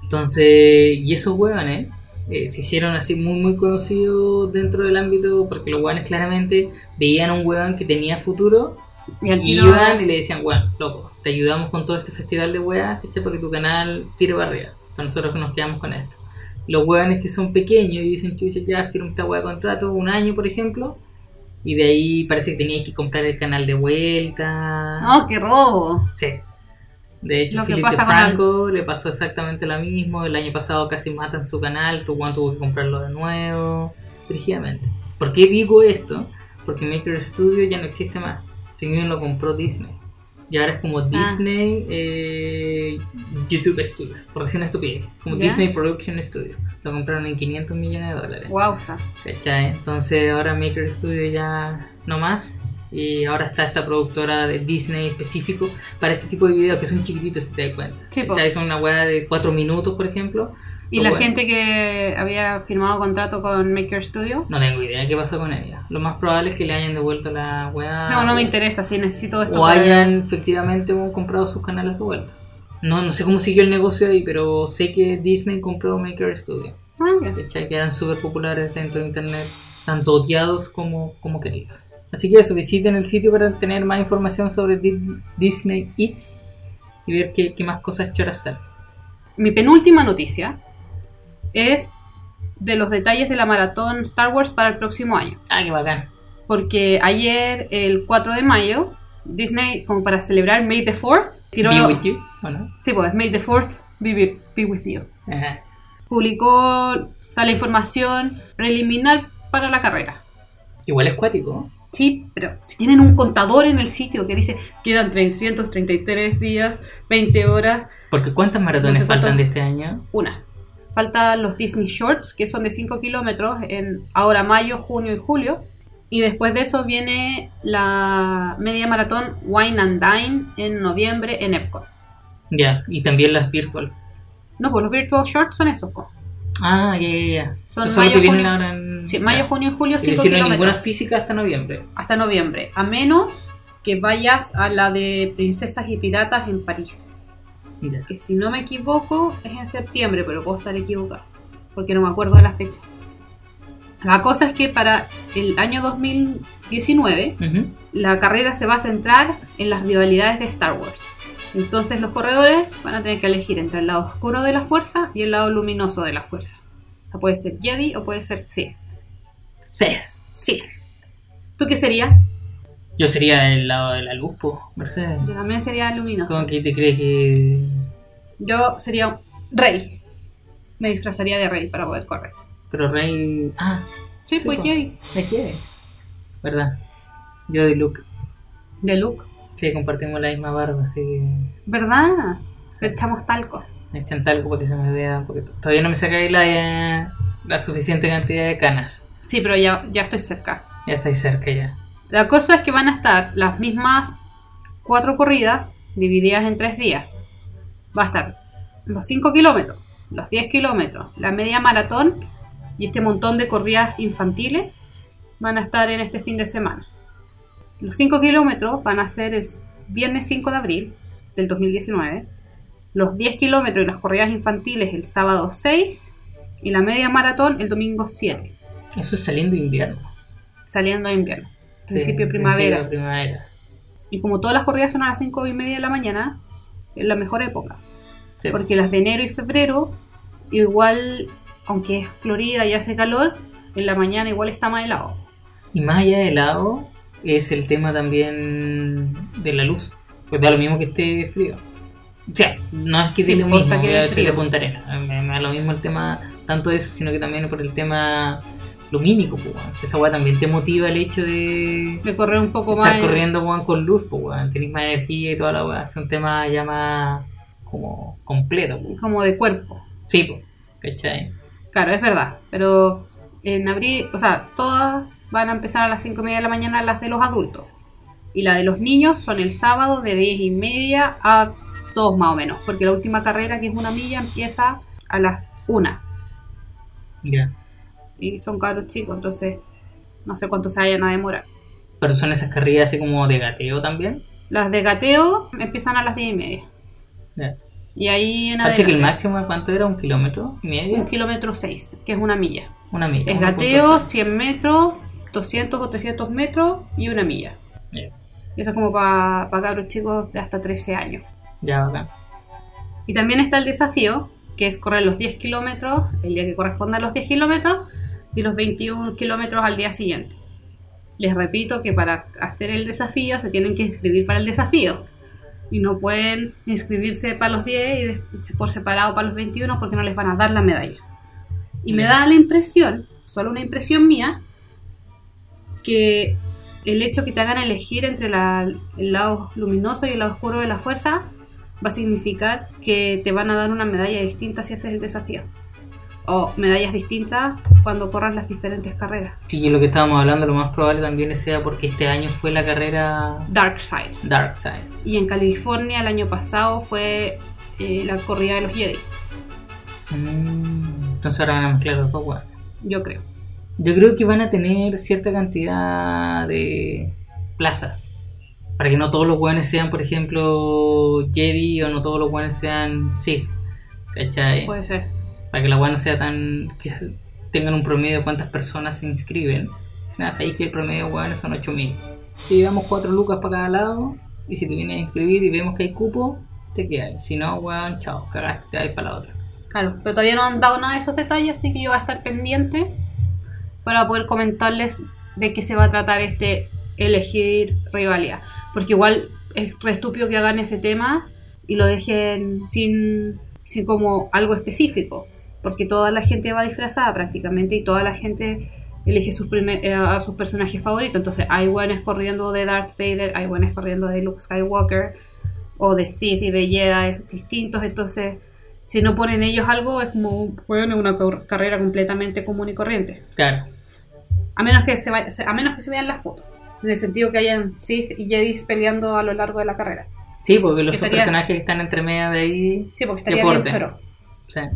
Entonces, y esos huevones eh, se hicieron así muy, muy conocidos dentro del ámbito, porque los huevones claramente veían a un huevón que tenía futuro
Y al
Y
tiro...
iban y le decían, bueno, loco, te ayudamos con todo este festival de weas, ¿cachai? Porque tu canal tira para arriba. Para nosotros que nos quedamos con esto. Los weones que son pequeños y dicen, chucha, ya firmo esta wea de contrato, un año, por ejemplo. Y de ahí parece que tenía que comprar el canal de vuelta.
¡No, qué robo!
Sí. De hecho,
Lo que
Felipe
pasa con
Franco le pasó exactamente lo mismo. El año pasado casi matan su canal. Tu Juan tuvo que comprarlo de nuevo. Rígidamente. ¿Por qué digo esto? Porque Maker Studio ya no existe más. Significa lo compró Disney. Y ahora es como
Ah.
Disney eh, YouTube Studios. Por decir una estupidez. Como
Ya.
Disney Production Studio. Lo compraron en 500 millones de dólares.
¡Guau! o sea,
¿Cachai? Entonces ahora Maker Studio ya no más. Y ahora está esta productora de Disney específico para este tipo de videos que son chiquititos si te das cuenta.
Sí, po.
¿Cachai? Son una weá de 4 minutos, por ejemplo.
Y
Lo
la
bueno.
gente que había firmado contrato con Maker Studio...
No tengo idea de qué pasó con ella. Lo más probable es que le hayan devuelto la weá.
No, no me
o-
interesa, sí, necesito esto.
Ah, O
para-
hayan efectivamente comprado sus canales de vuelta. No, no sé cómo siguió el negocio ahí, pero sé que Disney compró Maker Studio.
Ah, ya.
¿cachai? Que eran súper populares dentro de internet, tanto odiados como, como queridos. Así que eso, visiten el sitio para tener más información sobre Di- Disney Eats y ver qué, qué más cosas choras salen.
Mi penúltima noticia es de los detalles de la maratón Star Wars para el próximo año.
Ah, qué bacán.
Porque ayer, el 4 de mayo, Disney, como para celebrar May the 4th, tiró...
Be with you, ¿o no?
Sí, pues, May the 4th, be, be- be with you.
Ajá.
Publicó o sea, la información preliminar para la carrera.
Igual es cuático. ¿no?
Sí, pero si tienen un contador en el sitio que dice quedan 333 días, 20 horas,
Porque ¿cuántas maratones
No sé cuánto-
faltan de este año?
una. Faltan los Disney Shorts, que son de 5 kilómetros en ahora mayo, junio y julio. Y después de eso viene la media maratón Wine and Dine en noviembre en Epcot.
Ya, y también las virtual.
No, pues los Virtual Shorts son esos. po.
Ah, ya, ya, ya.
Son
Esas
mayo,
que vienen
junio.
ahora en-
Sí, mayo,
ya.
junio y julio,
Es
5
decir, no hay ninguna
kilómetros.
física hasta noviembre.
Hasta noviembre. A menos que vayas a la de Princesas y Piratas en París.
Ya.
que si no me equivoco es en septiembre, pero puedo estar equivocada, porque no me acuerdo de la fecha. La cosa es que para el año 2019
Ujú.
la carrera se va a centrar en las rivalidades de Star Wars. Entonces los corredores van a tener que elegir entre el lado oscuro de la fuerza y el lado luminoso de la fuerza. O sea, puede ser Jedi o puede ser Sith.
Fest.
Sí. ¿Tú qué serías?
Yo sería el lado de la luz, po, Mercedes.
Yo también sería luminoso.
¿Cómo que te crees que.?
Yo sería un rey. Me disfrazaría de rey para poder correr.
Pero Rey. Ah,
Sí,
Sí,
pues
po.
Jedi.
¿de qué? ¿Verdad? Yo de Luke.
De Luke.
Sí, compartimos la misma barba, así que.
¿Verdad? Le echamos talco.
Echan algo para que se me vea. Porque todavía no me sacáis la, la suficiente cantidad de canas.
Sí, pero ya, ya estoy cerca.
Ya estáis cerca ya.
La cosa es que van a estar las mismas cuatro corridas divididas en tres días. Va a estar los 5 kilómetros, los 10 kilómetros, la media maratón y este montón de corridas infantiles van a estar en este fin de semana. Los 5 kilómetros van a ser el viernes 5 de abril del 2019, los 10 kilómetros y las corridas infantiles el sábado 6 y la media maratón el domingo 7.
Eso es saliendo invierno.
saliendo de invierno,
Sí,
principio
principio
de primavera.
de primavera.
Y como todas las corridas son a las 5 y media de la mañana, es la mejor época.
Sí.
Porque las de enero y febrero, igual, aunque es Florida y hace calor, en la mañana igual está más helado.
Y más allá del lago, es el tema también de la luz. Pues da lo mismo que esté frío. O sea, no es que
Sí,
dé lo
no importa
mismo,
que
voy
dé
a decir de
frío.
Punta Arena. Eh, Me, me da lo mismo el tema, tanto eso, sino que también por el tema lumínico, pues, weón. Si Esa weá también te motiva el hecho de
De correr un poco más. eh.
estar corriendo, weón, con luz, pues, weón. Tenés más energía y toda la weá. Es un tema ya más como completo, pues.
Como de cuerpo.
Sí, pues, ¿cachai?
Claro, es verdad. Pero en abril, o sea, todas van a empezar a las 5 y media de la mañana las de los adultos. Y la de los niños son el sábado de 10 y media a 2 más o menos. Porque la última carrera, que es una milla, empieza a las 1.
Ya.
Y son caros chicos, entonces no sé cuánto se vayan a demorar.
Pero son esas carreras así como de gateo también.
Las de gateo empiezan a las 10 y media.
Ya.
Y ahí en
Parece que el
adelante,
máximo, ¿cuánto era? ¿Un kilómetro y medio?
un kilómetro 6, que es una milla.
Una milla.
Es
1.6.
gateo, 100 metros, 200 o 300 metros y una milla.
Bien.
Y Eso es como para cabros chicos de hasta 13 años.
Ya, bacán.
Y también está el desafío, que es correr los 10 kilómetros el día que corresponda a los 10 kilómetros y los 21 kilómetros al día siguiente. Les repito que para hacer el desafío se tienen que inscribir para el desafío. Y no pueden inscribirse para los 10 y des- por separado para los 21 porque no les van a dar la medalla. Y me
Ya.
da la impresión, solo una impresión mía, que el hecho que te hagan elegir entre la- el lado luminoso y el lado oscuro de la fuerza va a significar que te van a dar una medalla distinta si haces el desafío. O medallas distintas cuando corras las diferentes carreras.
Sí, y lo que estábamos hablando, lo más probable también sea porque este año fue la carrera
Dark Side.
Dark Side.
Y en California el año pasado fue eh, la corrida de los Jedi,
Mm, Entonces ahora van a mezclar los dos weas.
yo creo.
Yo creo que van a tener cierta cantidad de plazas Para que no todos los weones sean, por ejemplo, Jedi o no todos los weones sean Sith. ¿Cachai?
Puede ser.
Para que la weá no sea tan. que tengan un promedio de cuántas personas se inscriben. Si nada, ahí que el promedio weones son 8000. Si llevamos 4 lucas para cada lado, y si te vienes a inscribir y vemos que hay cupo, te quedas. Si no, weón, chao, cagaste, te vas para la otra.
Claro, pero todavía no han dado nada de esos detalles, así que yo voy a estar pendiente para poder comentarles de qué se va a tratar este elegir rivalidad. Porque igual es re estúpido que hagan ese tema y lo dejen sin, sin como algo específico. Porque toda la gente va disfrazada prácticamente y toda la gente elige sus prime- eh, a sus personajes favoritos. Entonces hay buenas corriendo de Darth Vader, hay buenas corriendo de Luke Skywalker o de Sith y de Jedi distintos. Entonces si no ponen ellos algo es como bueno, una cor- carrera completamente común y corriente.
Claro,
A menos que se vaya- se- a menos que se vean las fotos. En el sentido que hayan Sith y Jedi peleando a lo largo de la carrera.
sí, porque los
Que estaría-
personajes que están entre medio de ahí.
Sí, porque estaría bien
Deporte.
choro.
o sea,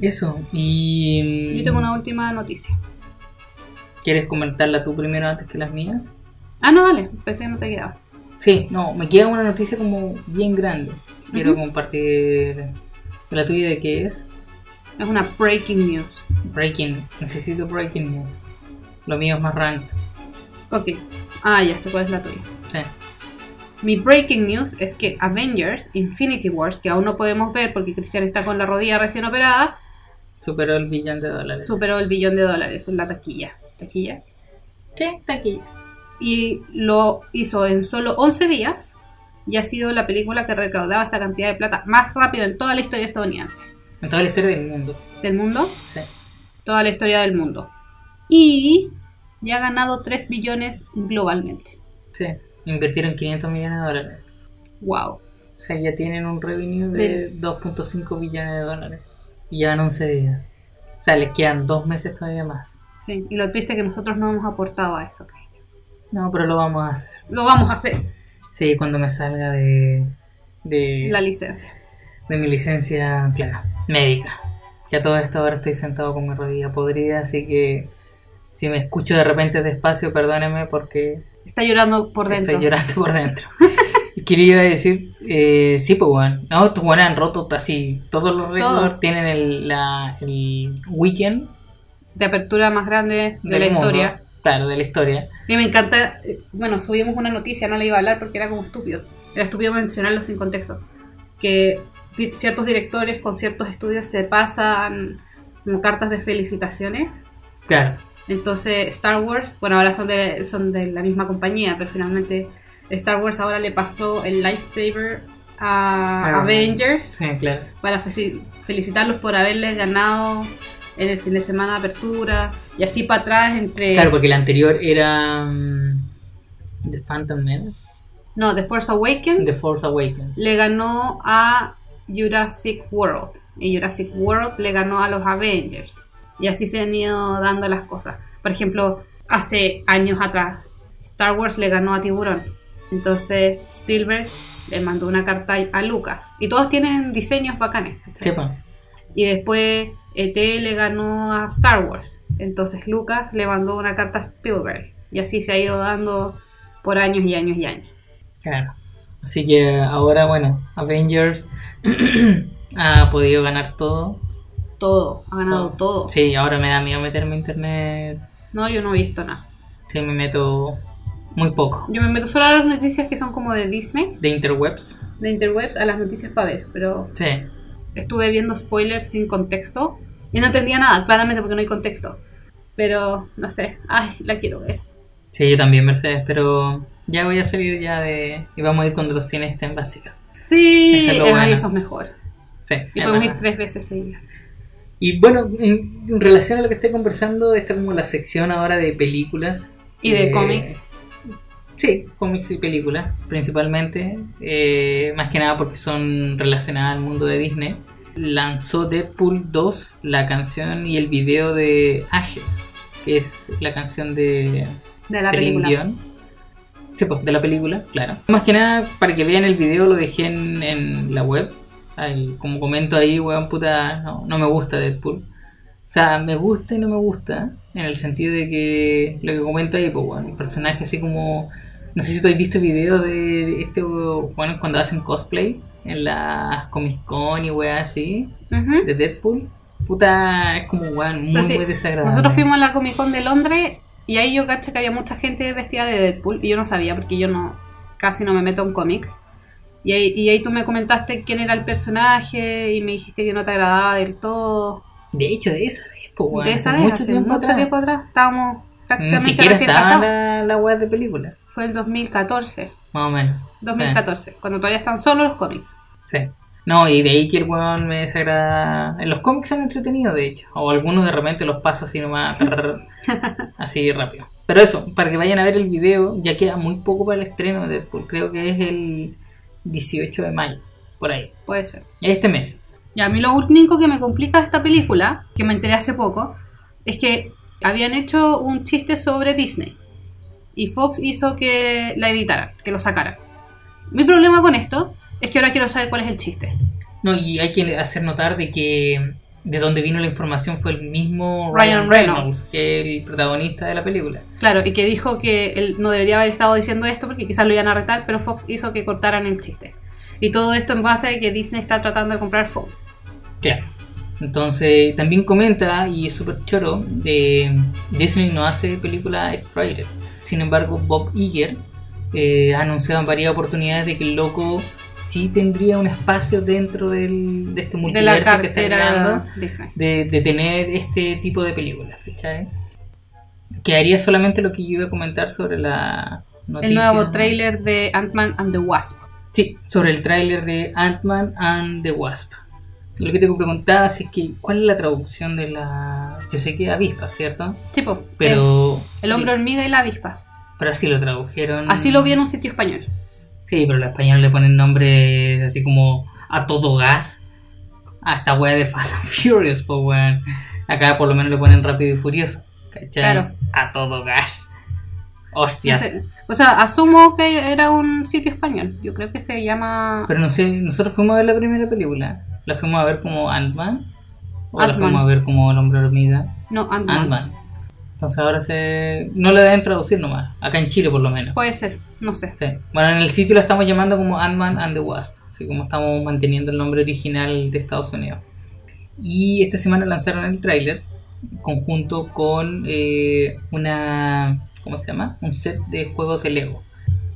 Eso, y.
Yo tengo una última noticia.
¿Quieres comentarla tú primero antes que las mías?
Ah, no, dale, pensé que no te quedaba.
Sí, no, me queda una noticia como bien grande. Quiero
Ujú.
compartir la tuya de qué es.
Es una breaking news.
Breaking, necesito breaking news. Lo mío es más rant.
Ok. Ah, ya sé cuál es la tuya.
Sí.
Mi breaking news es que Avengers Infinity Wars, que aún no podemos ver porque Cristian está con la rodilla recién operada,
Superó el billón de dólares.
superó el billón de dólares en la taquilla. ¿Taquilla?
Sí, está aquí.
y lo hizo en solo 11 días y ha sido la película que recaudaba esta cantidad de plata más rápido en toda la historia estadounidense
En toda la historia del mundo.
del mundo,
Sí.
toda la historia del mundo. Y ya ha ganado 3 billones globalmente.
Sí. Invirtieron 500 millones de dólares.
Wow.
O sea, ya tienen un revenue de
Del-
2.5 billones de dólares. Y llevan 11 días. O sea, les quedan dos meses todavía más.
Sí, y lo triste es que nosotros no hemos aportado a eso, Cristian.
No, pero lo vamos a hacer.
Lo vamos a hacer,
Sí, cuando me salga de, de,
la licencia.
de mi licencia, claro, médica. Ya todo esto ahora estoy sentado con mi rodilla podrida, así que si me escucho de repente despacio, perdónenme porque
Está llorando por dentro.
estoy llorando por dentro. Y que le iba a decir, eh, sí, pues bueno, no, estos weones han roto así todos los récords,
Todo.
tienen el, la, el weekend
De apertura más grande de la
del mundo,
historia.
Claro, de la historia.
Y me encanta, eh, bueno, subimos una noticia, no la iba a hablar porque era como estúpido. Era estúpido mencionarlo sin contexto. Que di- ciertos directores con ciertos estudios se pasan como cartas de felicitaciones.
Claro,
Entonces Star Wars, bueno, ahora son de, son de la misma compañía, pero finalmente Star Wars ahora le pasó el lightsaber a
Ah.
Avengers
sí, claro.
para feci- felicitarlos por haberles ganado en el fin de semana de apertura y así para atrás entre...
Claro, pues, porque la anterior era mm, The Phantom Menace.
No, The Force Awakens.
The Force Awakens.
le ganó a Jurassic World. Y Jurassic World le ganó a los Avengers. Y así se han ido dando las cosas. Por ejemplo, hace años atrás, Star Wars le ganó a Tiburón. Entonces Spielberg le mandó una carta a Lucas. Y todos tienen diseños bacanes. ¿cachai?
Sí, pues.
Y después ET le ganó a Star Wars. Entonces Lucas le mandó una carta a Spielberg. Y así se ha ido dando por años y años y años.
Claro. Así que ahora, bueno, Avengers ha podido ganar todo.
Todo, ha ganado todo.
Sí, ahora me da miedo meterme a internet.
No, yo no he visto nada.
Sí, me meto muy poco.
Yo me meto solo a las noticias que son como de Disney,
De interwebs.
de interwebs, a las noticias para ver, pero
Sí,
estuve viendo spoilers sin contexto y no entendía nada, claramente porque no hay contexto. Pero no sé, ay, la quiero ver.
sí, yo también, Mercedes, pero ya voy a salir ya de... Y vamos a ir cuando los cines estén vacíos.
Sí,
Esa es lo
el
buena.
aviso es mejor.
Sí,
Y
es
podemos
verdad.
ir tres veces seguidas.
Y bueno, en en relación a lo que estoy conversando, esta como la sección ahora de películas.
Y de cómics.
Eh, Sí, cómics y películas, principalmente. eh, más que nada porque son relacionadas al mundo de Disney. Lanzó Deadpool 2 la canción y el video de Ashes, que es la canción de
De la
Celine
película.
Dion. Sí, pues, de la película, claro. Más que nada, para que vean el video, lo dejé en, en la web. Ahí, como comento ahí, weón, puta, no, no me gusta Deadpool. O sea, me gusta y no me gusta, en el sentido de que lo que comento ahí, pues, bueno, un personaje así como No sé si tú has visto videos de este, bueno, cuando hacen cosplay en las Comic Con y weas así,
Ujú.
de Deadpool. Puta, es como weón, muy,
Pero sí,
muy desagradable.
Nosotros fuimos a la Comic Con de Londres y ahí yo caché que había mucha gente vestida de Deadpool y yo no sabía porque yo no casi no me meto en cómics. Y ahí, y ahí tú me comentaste quién era el personaje y me dijiste que no te agradaba del todo.
De hecho, de esa vez, po, weón,
de
hace
esa vez, hace mucho
atrás.
tiempo atrás, estábamos
Ni
prácticamente
siquiera
recién
estaba
casados.
la, la wea de película,
Fue el 2014,
más o menos.
2014, cuando todavía están solo los cómics.
Sí. No, y de ahí que el weón me desagrada. En los cómics son entretenidos, de hecho. O algunos de repente los paso así nomás. trrr, así rápido. Pero eso, para que vayan a ver el video, ya queda muy poco para el estreno de Deadpool. Creo que es el 18 de mayo, por ahí.
Puede ser.
Este mes.
Y a mí lo único que me complica de esta película, que me enteré hace poco, es que habían hecho un chiste sobre Disney. Y Fox hizo que la editaran, que lo sacaran. Mi problema con esto es que ahora quiero saber cuál es el chiste.
No, y hay que hacer notar de que de donde vino la información fue el mismo
Ryan
Ryan,
Reynolds.
Reynolds, que es el protagonista de la película.
Claro, y que dijo que él no debería haber estado diciendo esto porque quizás lo iban a retar, pero Fox hizo que cortaran el chiste. Y todo esto en base a que Disney está tratando de comprar Fox.
Claro. Entonces, también comenta, y es súper choro, de Disney no hace película X-Rated. Sin embargo, Bob Iger eh, ha anunciado en varias oportunidades de que el loco sí tendría un espacio dentro del, de este
De la
multiverso que está creando
cartera Disney.
de, de tener este tipo de películas, ¿cachai? Que haría solamente lo que yo iba a comentar sobre la noticia.
El nuevo tráiler de Ant-Man and the Wasp.
Sí, sobre el tráiler de Ant-Man and the Wasp. Lo que te preguntaba es que, ¿cuál es la traducción de la... Yo sé que avispa, ¿cierto?
Tipo,
Pero...
Eh, el hombre hormiga y la avispa.
Pero así lo tradujeron.
Así lo vi en un sitio español.
Sí, pero los españoles le ponen nombres así como a todo gas. A esta wea de Fast and Furious, pues weón. Acá por lo menos le ponen rápido y furioso. ¿Cachai?
Claro.
A todo gas.
No
Hostias.
sé. O sea, asumo que era un sitio español. Yo creo que se llama...
Pero no sé, nosotros fuimos a ver la primera película. ¿La fuimos a ver como Ant-Man? ¿O la
Ant-Man.
fuimos a ver como El Hombre Hormiga?
No, Ant-Man.
Ant-Man. Entonces ahora se... No la deben traducir nomás. Acá en Chile por lo menos.
Puede ser, no sé.
Sí. Bueno, en el sitio la estamos llamando como Ant-Man and the Wasp. Así como estamos manteniendo el nombre original de Estados Unidos. Y esta semana lanzaron el tráiler conjunto con eh, una... ¿Cómo se llama? Un set de juegos de Lego.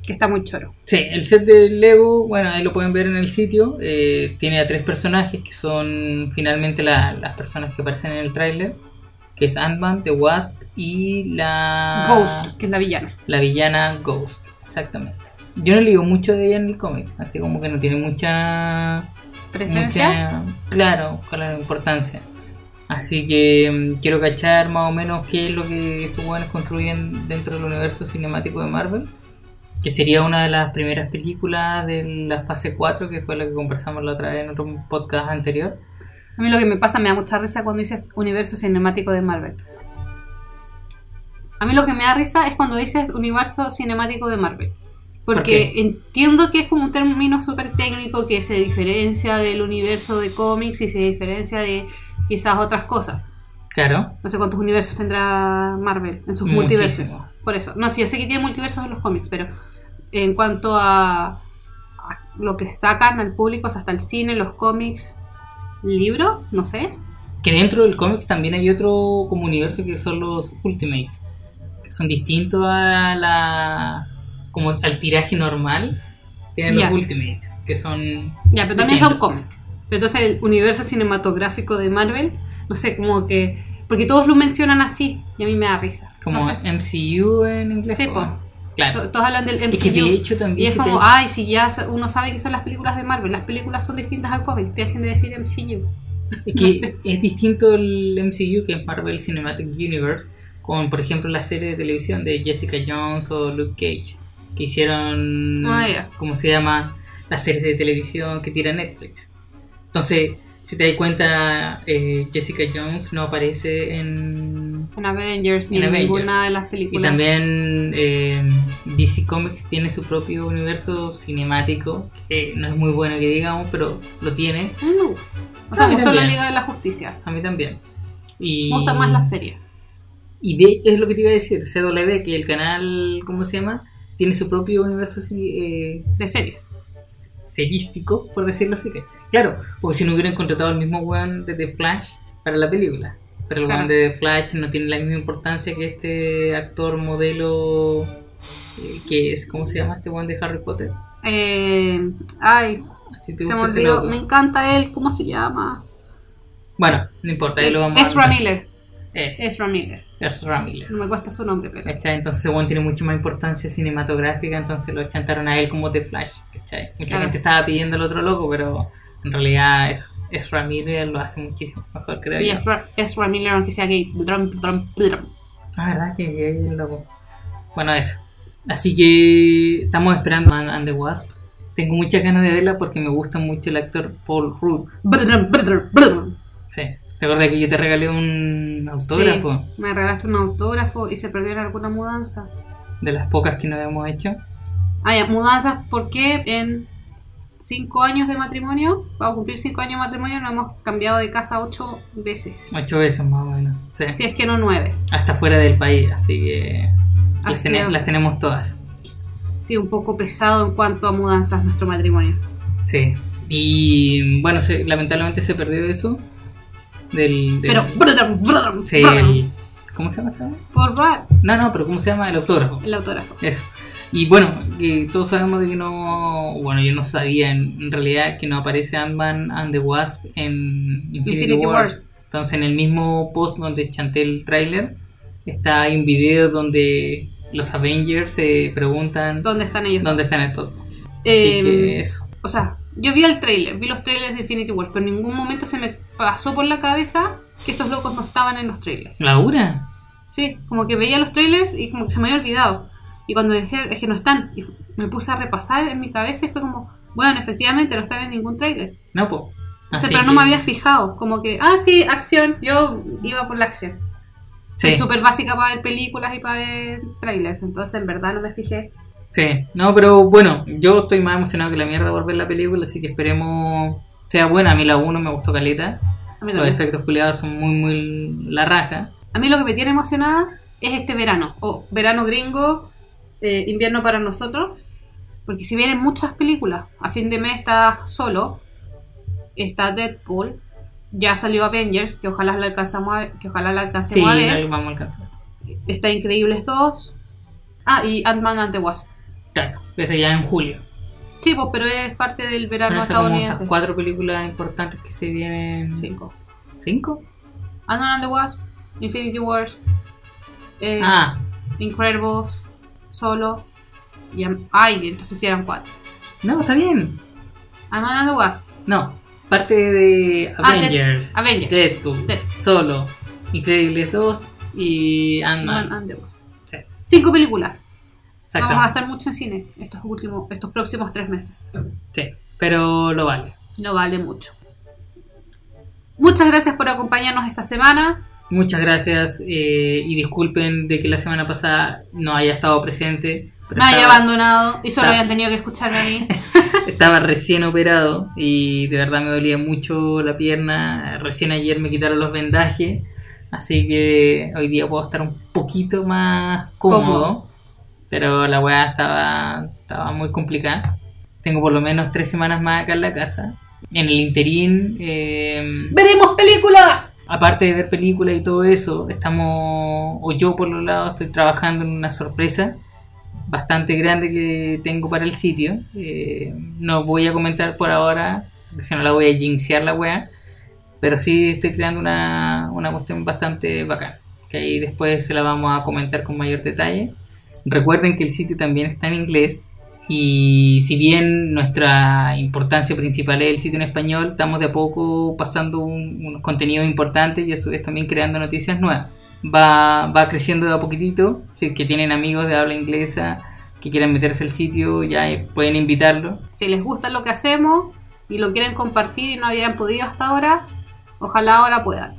Que está muy choro.
Sí, el set de Lego, bueno, ahí lo pueden ver en el sitio. eh, tiene a tres personajes que son finalmente la- las personas que aparecen en el tráiler, que es Ant-Man, The Wasp y la
Ghost, que es la villana.
la villana Ghost, exactamente. Yo no leo mucho de ella en el cómic, así como que no tiene mucha Mucha,
Presencia.
claro, con la importancia. Así que mm, quiero cachar más o menos qué es lo que estos buenos construyen dentro del universo cinemático de Marvel. Que sería una de las primeras películas de la fase 4, que fue la que conversamos la otra vez en otro podcast anterior.
A mí lo que me pasa, me da mucha risa cuando dices universo cinemático de Marvel. A mí lo que me da risa es cuando dices universo cinemático de Marvel. Porque
¿Por
entiendo que es como un término súper técnico que se diferencia del universo de cómics y se diferencia de quizás otras cosas.
Claro,
No sé cuántos universos tendrá Marvel en sus
Muchísimos.
multiversos. Por eso. No, sí, yo sé que tiene multiversos en los cómics, pero en cuanto a, a lo que sacan al público, o sea, hasta el cine, los cómics, libros, no sé.
que dentro del cómic también hay otro como universo que son los Ultimate, que son distintos a la como al tiraje normal. Tienen
Ya.
los Ultimate, que son
Ya, pero también
Entiendo.
son cómics. Pero entonces el universo cinematográfico de Marvel, no sé, como que. Porque todos lo mencionan así y a mí me da risa.
Como
No sé.
MCU en inglés.
Sí,
po.
po.
Claro.
To- Todos hablan del MCU.
Es que de hecho también.
Y es
si te-
como, ah, ay, si ya uno sabe que son las películas de Marvel, las películas son distintas al cómic, te dejen de decir MCU.
es
no
que
sé.
es distinto el MCU que es Marvel Cinematic Universe con, por ejemplo, la serie de televisión de Jessica Jones o Luke Cage que hicieron.
Ah, ya.
¿Cómo se llama? Las series de televisión que tira Netflix. Entonces, si te das cuenta, eh, Jessica Jones no aparece en.
en Avengers ni
En
en
Avengers.
ninguna de las
Y
películas.
también eh, DC Comics tiene su propio universo cinemático, que no es muy bueno que digamos, pero lo tiene.
Mm. O sea,
A mí
me gustó la
también.
Liga de la Justicia.
A mí también. Y,
Me gusta más la serie.
Y de, es lo que te iba a decir, CW, que el canal, ¿cómo se llama? tiene su propio universo eh,
de series.
serístico, por decirlo así, ¿cachai? Claro, porque si no hubieran contratado al mismo weón de The Flash para la película. Pero el weón
Claro.
de The Flash no tiene la misma importancia que este actor modelo eh, que es, ¿cómo se llama este weón de Harry Potter?
Eh, ay,
¿A ti te
se
gusta
me
ese
olvidó.
loco?
Me encanta él. ¿Cómo se llama?
Bueno, no importa, ahí lo vamos
Ezra
a...
Miller.
Eh,
Ezra Miller.
Ezra Miller.
No me cuesta su nombre, pero.
¿Cachai? Entonces ese weón tiene mucha más importancia cinematográfica, entonces lo chantaron a él como The Flash, ¿cachai? Mucha
Claro.
gente estaba pidiendo el otro loco, pero en realidad es, es Ramírez lo hace muchísimo mejor, creo
Y
yo.
Ezra, Ezra Miller, aunque sea gay. Drum, drum, drum.
La verdad que que es loco. Bueno, eso. Así que estamos esperando Man and the Wasp. Tengo muchas ganas de verla porque me gusta mucho el actor Paul Rudd.
Brum, brum, brum.
Sí. ¿Te acuerdas que yo te regalé un autógrafo
Me regalaste un autógrafo y se perdió en alguna mudanza.
de las pocas que no habíamos hecho?
Ah, ya, mudanzas porque en cinco años de matrimonio, vamos a cumplir cinco años de matrimonio, nos hemos cambiado de casa ocho veces.
Ocho veces más o menos. Sí.
Si es que no nueve.
Hasta fuera del país, así que las,
Así
tene-
es.
las tenemos todas.
Sí, un poco pesado en cuanto a mudanzas nuestro matrimonio.
Sí. Y bueno, se- lamentablemente se perdió eso. Del, del-
Pero... ah. brum, brum,
Sí,
brum.
el- ¿Cómo se llama esta weá?
Por rat,
No, no, pero ¿cómo se llama? El autógrafo.
el autógrafo.
Eso. Y bueno, que todos sabemos de que no. Bueno, yo no sabía en, en realidad que no aparece Ant-Man and the Wasp en Infinity,
Infinity
Wars.
Wars.
Entonces, en el mismo post donde chanté el tráiler, está ahí un video donde los Avengers se preguntan
¿Dónde están ellos?
dónde están estos. Así
Eh,
que eso.
O sea, yo vi el trailer, vi los trailers de Infinity Wars, pero en ningún momento se me pasó por la cabeza que estos locos no estaban en los trailers.
¿Laura?
Sí, como que veía los trailers y como que se me había olvidado. Y cuando decía, es que no están, y me puse a repasar en mi cabeza y fue como, bueno, efectivamente no están en ningún trailer.
No, po.
O sea,
Así
pero no me
Ah, que-
había fijado, como que, ah, sí, acción, yo iba por la acción.
Sí.
Soy súper básica para ver películas y para ver trailers, entonces en verdad no me fijé.
Sí, no, pero bueno, yo estoy más emocionado que la mierda por ver la película, así que esperemos sea buena. A mí la 1 me gustó caleta.
A mí,
Los
también.
efectos culiados son muy, muy la raja.
A mí lo que me tiene emocionada es este verano, o verano gringo, eh, invierno para nosotros, porque si vienen muchas películas, a fin de mes está solo, está Deadpool, ya salió Avengers, que ojalá la alcanzamos a ver, que ojalá la
Sí,
alcancemos a ver,
algo vamos a alcanzar.
está Increíbles 2, ah, y Ant-Man and the Wasp.
Claro, eso ya en julio.
Sí, pues, pero es parte del
Son
verano
esas como esas
estadounidense.
cuatro películas importantes que se vienen.
Cinco.
¿Cinco?
Ant-Man and the Wasp, Infinity Wars, eh,
Ah,
Incredibles, Solo, y... Am- Ay, entonces sí eran cuatro.
no, está bien.
Ant-Man and the Wasp,
No, parte de
Ah, de-
Avengers,
Avengers.
Deadpool,
Dead-
Solo, Increíbles 2 y
Man
Ant-Man. Ah,
and the Wasp.
Sí.
Cinco películas.
Exacto.
Vamos a gastar mucho en cine estos últimos, estos próximos tres meses.
Sí, pero lo vale.
No vale mucho. Muchas gracias por acompañarnos esta semana.
Muchas gracias eh, y disculpen de que la semana pasada no haya estado presente. pero
Me haya
estaba-
abandonado y solo
está-
habían tenido que escucharme a mí.
Estaba recién operado y de verdad me dolía mucho la pierna. Recién ayer me quitaron los vendajes, así que hoy día puedo estar un poquito más cómodo.
Cómodo.
Pero la weá estaba, estaba muy complicada. Tengo por lo menos tres semanas más acá en la casa. En el interín, eh,
¡Veremos películas!
aparte de ver películas y todo eso, estamos, o yo por lo lado, estoy trabajando en una sorpresa bastante grande que tengo para el sitio. Eh, no voy a comentar por ahora, porque si no la voy a jinxear la wea, pero sí estoy creando una, una cuestión bastante bacana, que ahí después se la vamos a comentar con mayor detalle. Recuerden que el sitio también está en inglés. Y si bien nuestra importancia principal es el sitio en español, estamos de a poco pasando un, unos contenidos importantes y a su vez también creando noticias nuevas. Va, va creciendo de a poquitito, si es que tienen amigos de habla inglesa que quieran meterse al sitio, ya eh, pueden invitarlo.
Si les gusta lo que hacemos y lo quieren compartir y no habían podido hasta ahora, ojalá ahora puedan.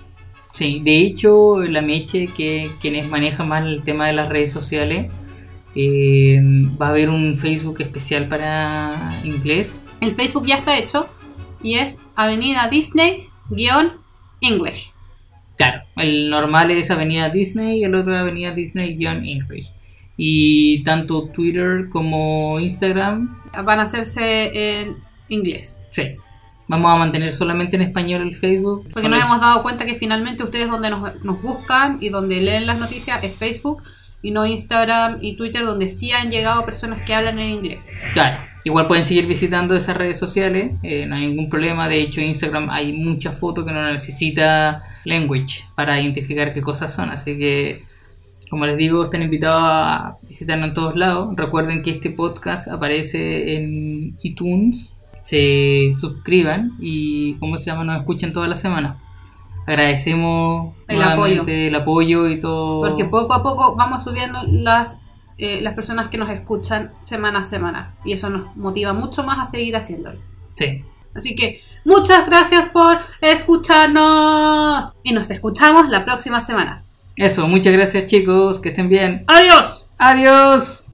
Sí, de hecho, la Meche, que quienes manejan más el tema de las redes sociales, eh, va a haber un Facebook especial para inglés.
El Facebook ya está hecho y es Avenida Disney-English.
Claro, el normal es Avenida Disney y el otro Avenida Disney John English. Y tanto Twitter como Instagram,
Van a hacerse en inglés.
sí. Vamos a mantener solamente en español el Facebook.
Porque
Con
nos
el-
hemos dado cuenta que finalmente ustedes donde nos, nos buscan y donde leen las noticias es Facebook y no Instagram y Twitter, donde sí han llegado personas que hablan en inglés.
Claro, igual pueden seguir visitando esas redes sociales, eh, no hay ningún problema. De hecho, en Instagram hay muchas fotos que no necesita language para identificar qué cosas son. Así que, como les digo, están invitados a visitarnos en todos lados. Recuerden que este podcast aparece en iTunes. Se suscriban y, ¿cómo se llama? Nos escuchan toda la semana. Agradecemos
El
nuevamente el apoyo y todo.
Porque poco a poco vamos subiendo las, eh, las personas que nos escuchan semana a semana. Y eso nos motiva mucho más a seguir haciéndolo.
Sí.
Así que muchas gracias por escucharnos. Y nos escuchamos la próxima semana.
Eso, muchas gracias chicos, que estén bien.
Adiós.
Adiós.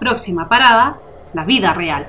Próxima parada, la vida real.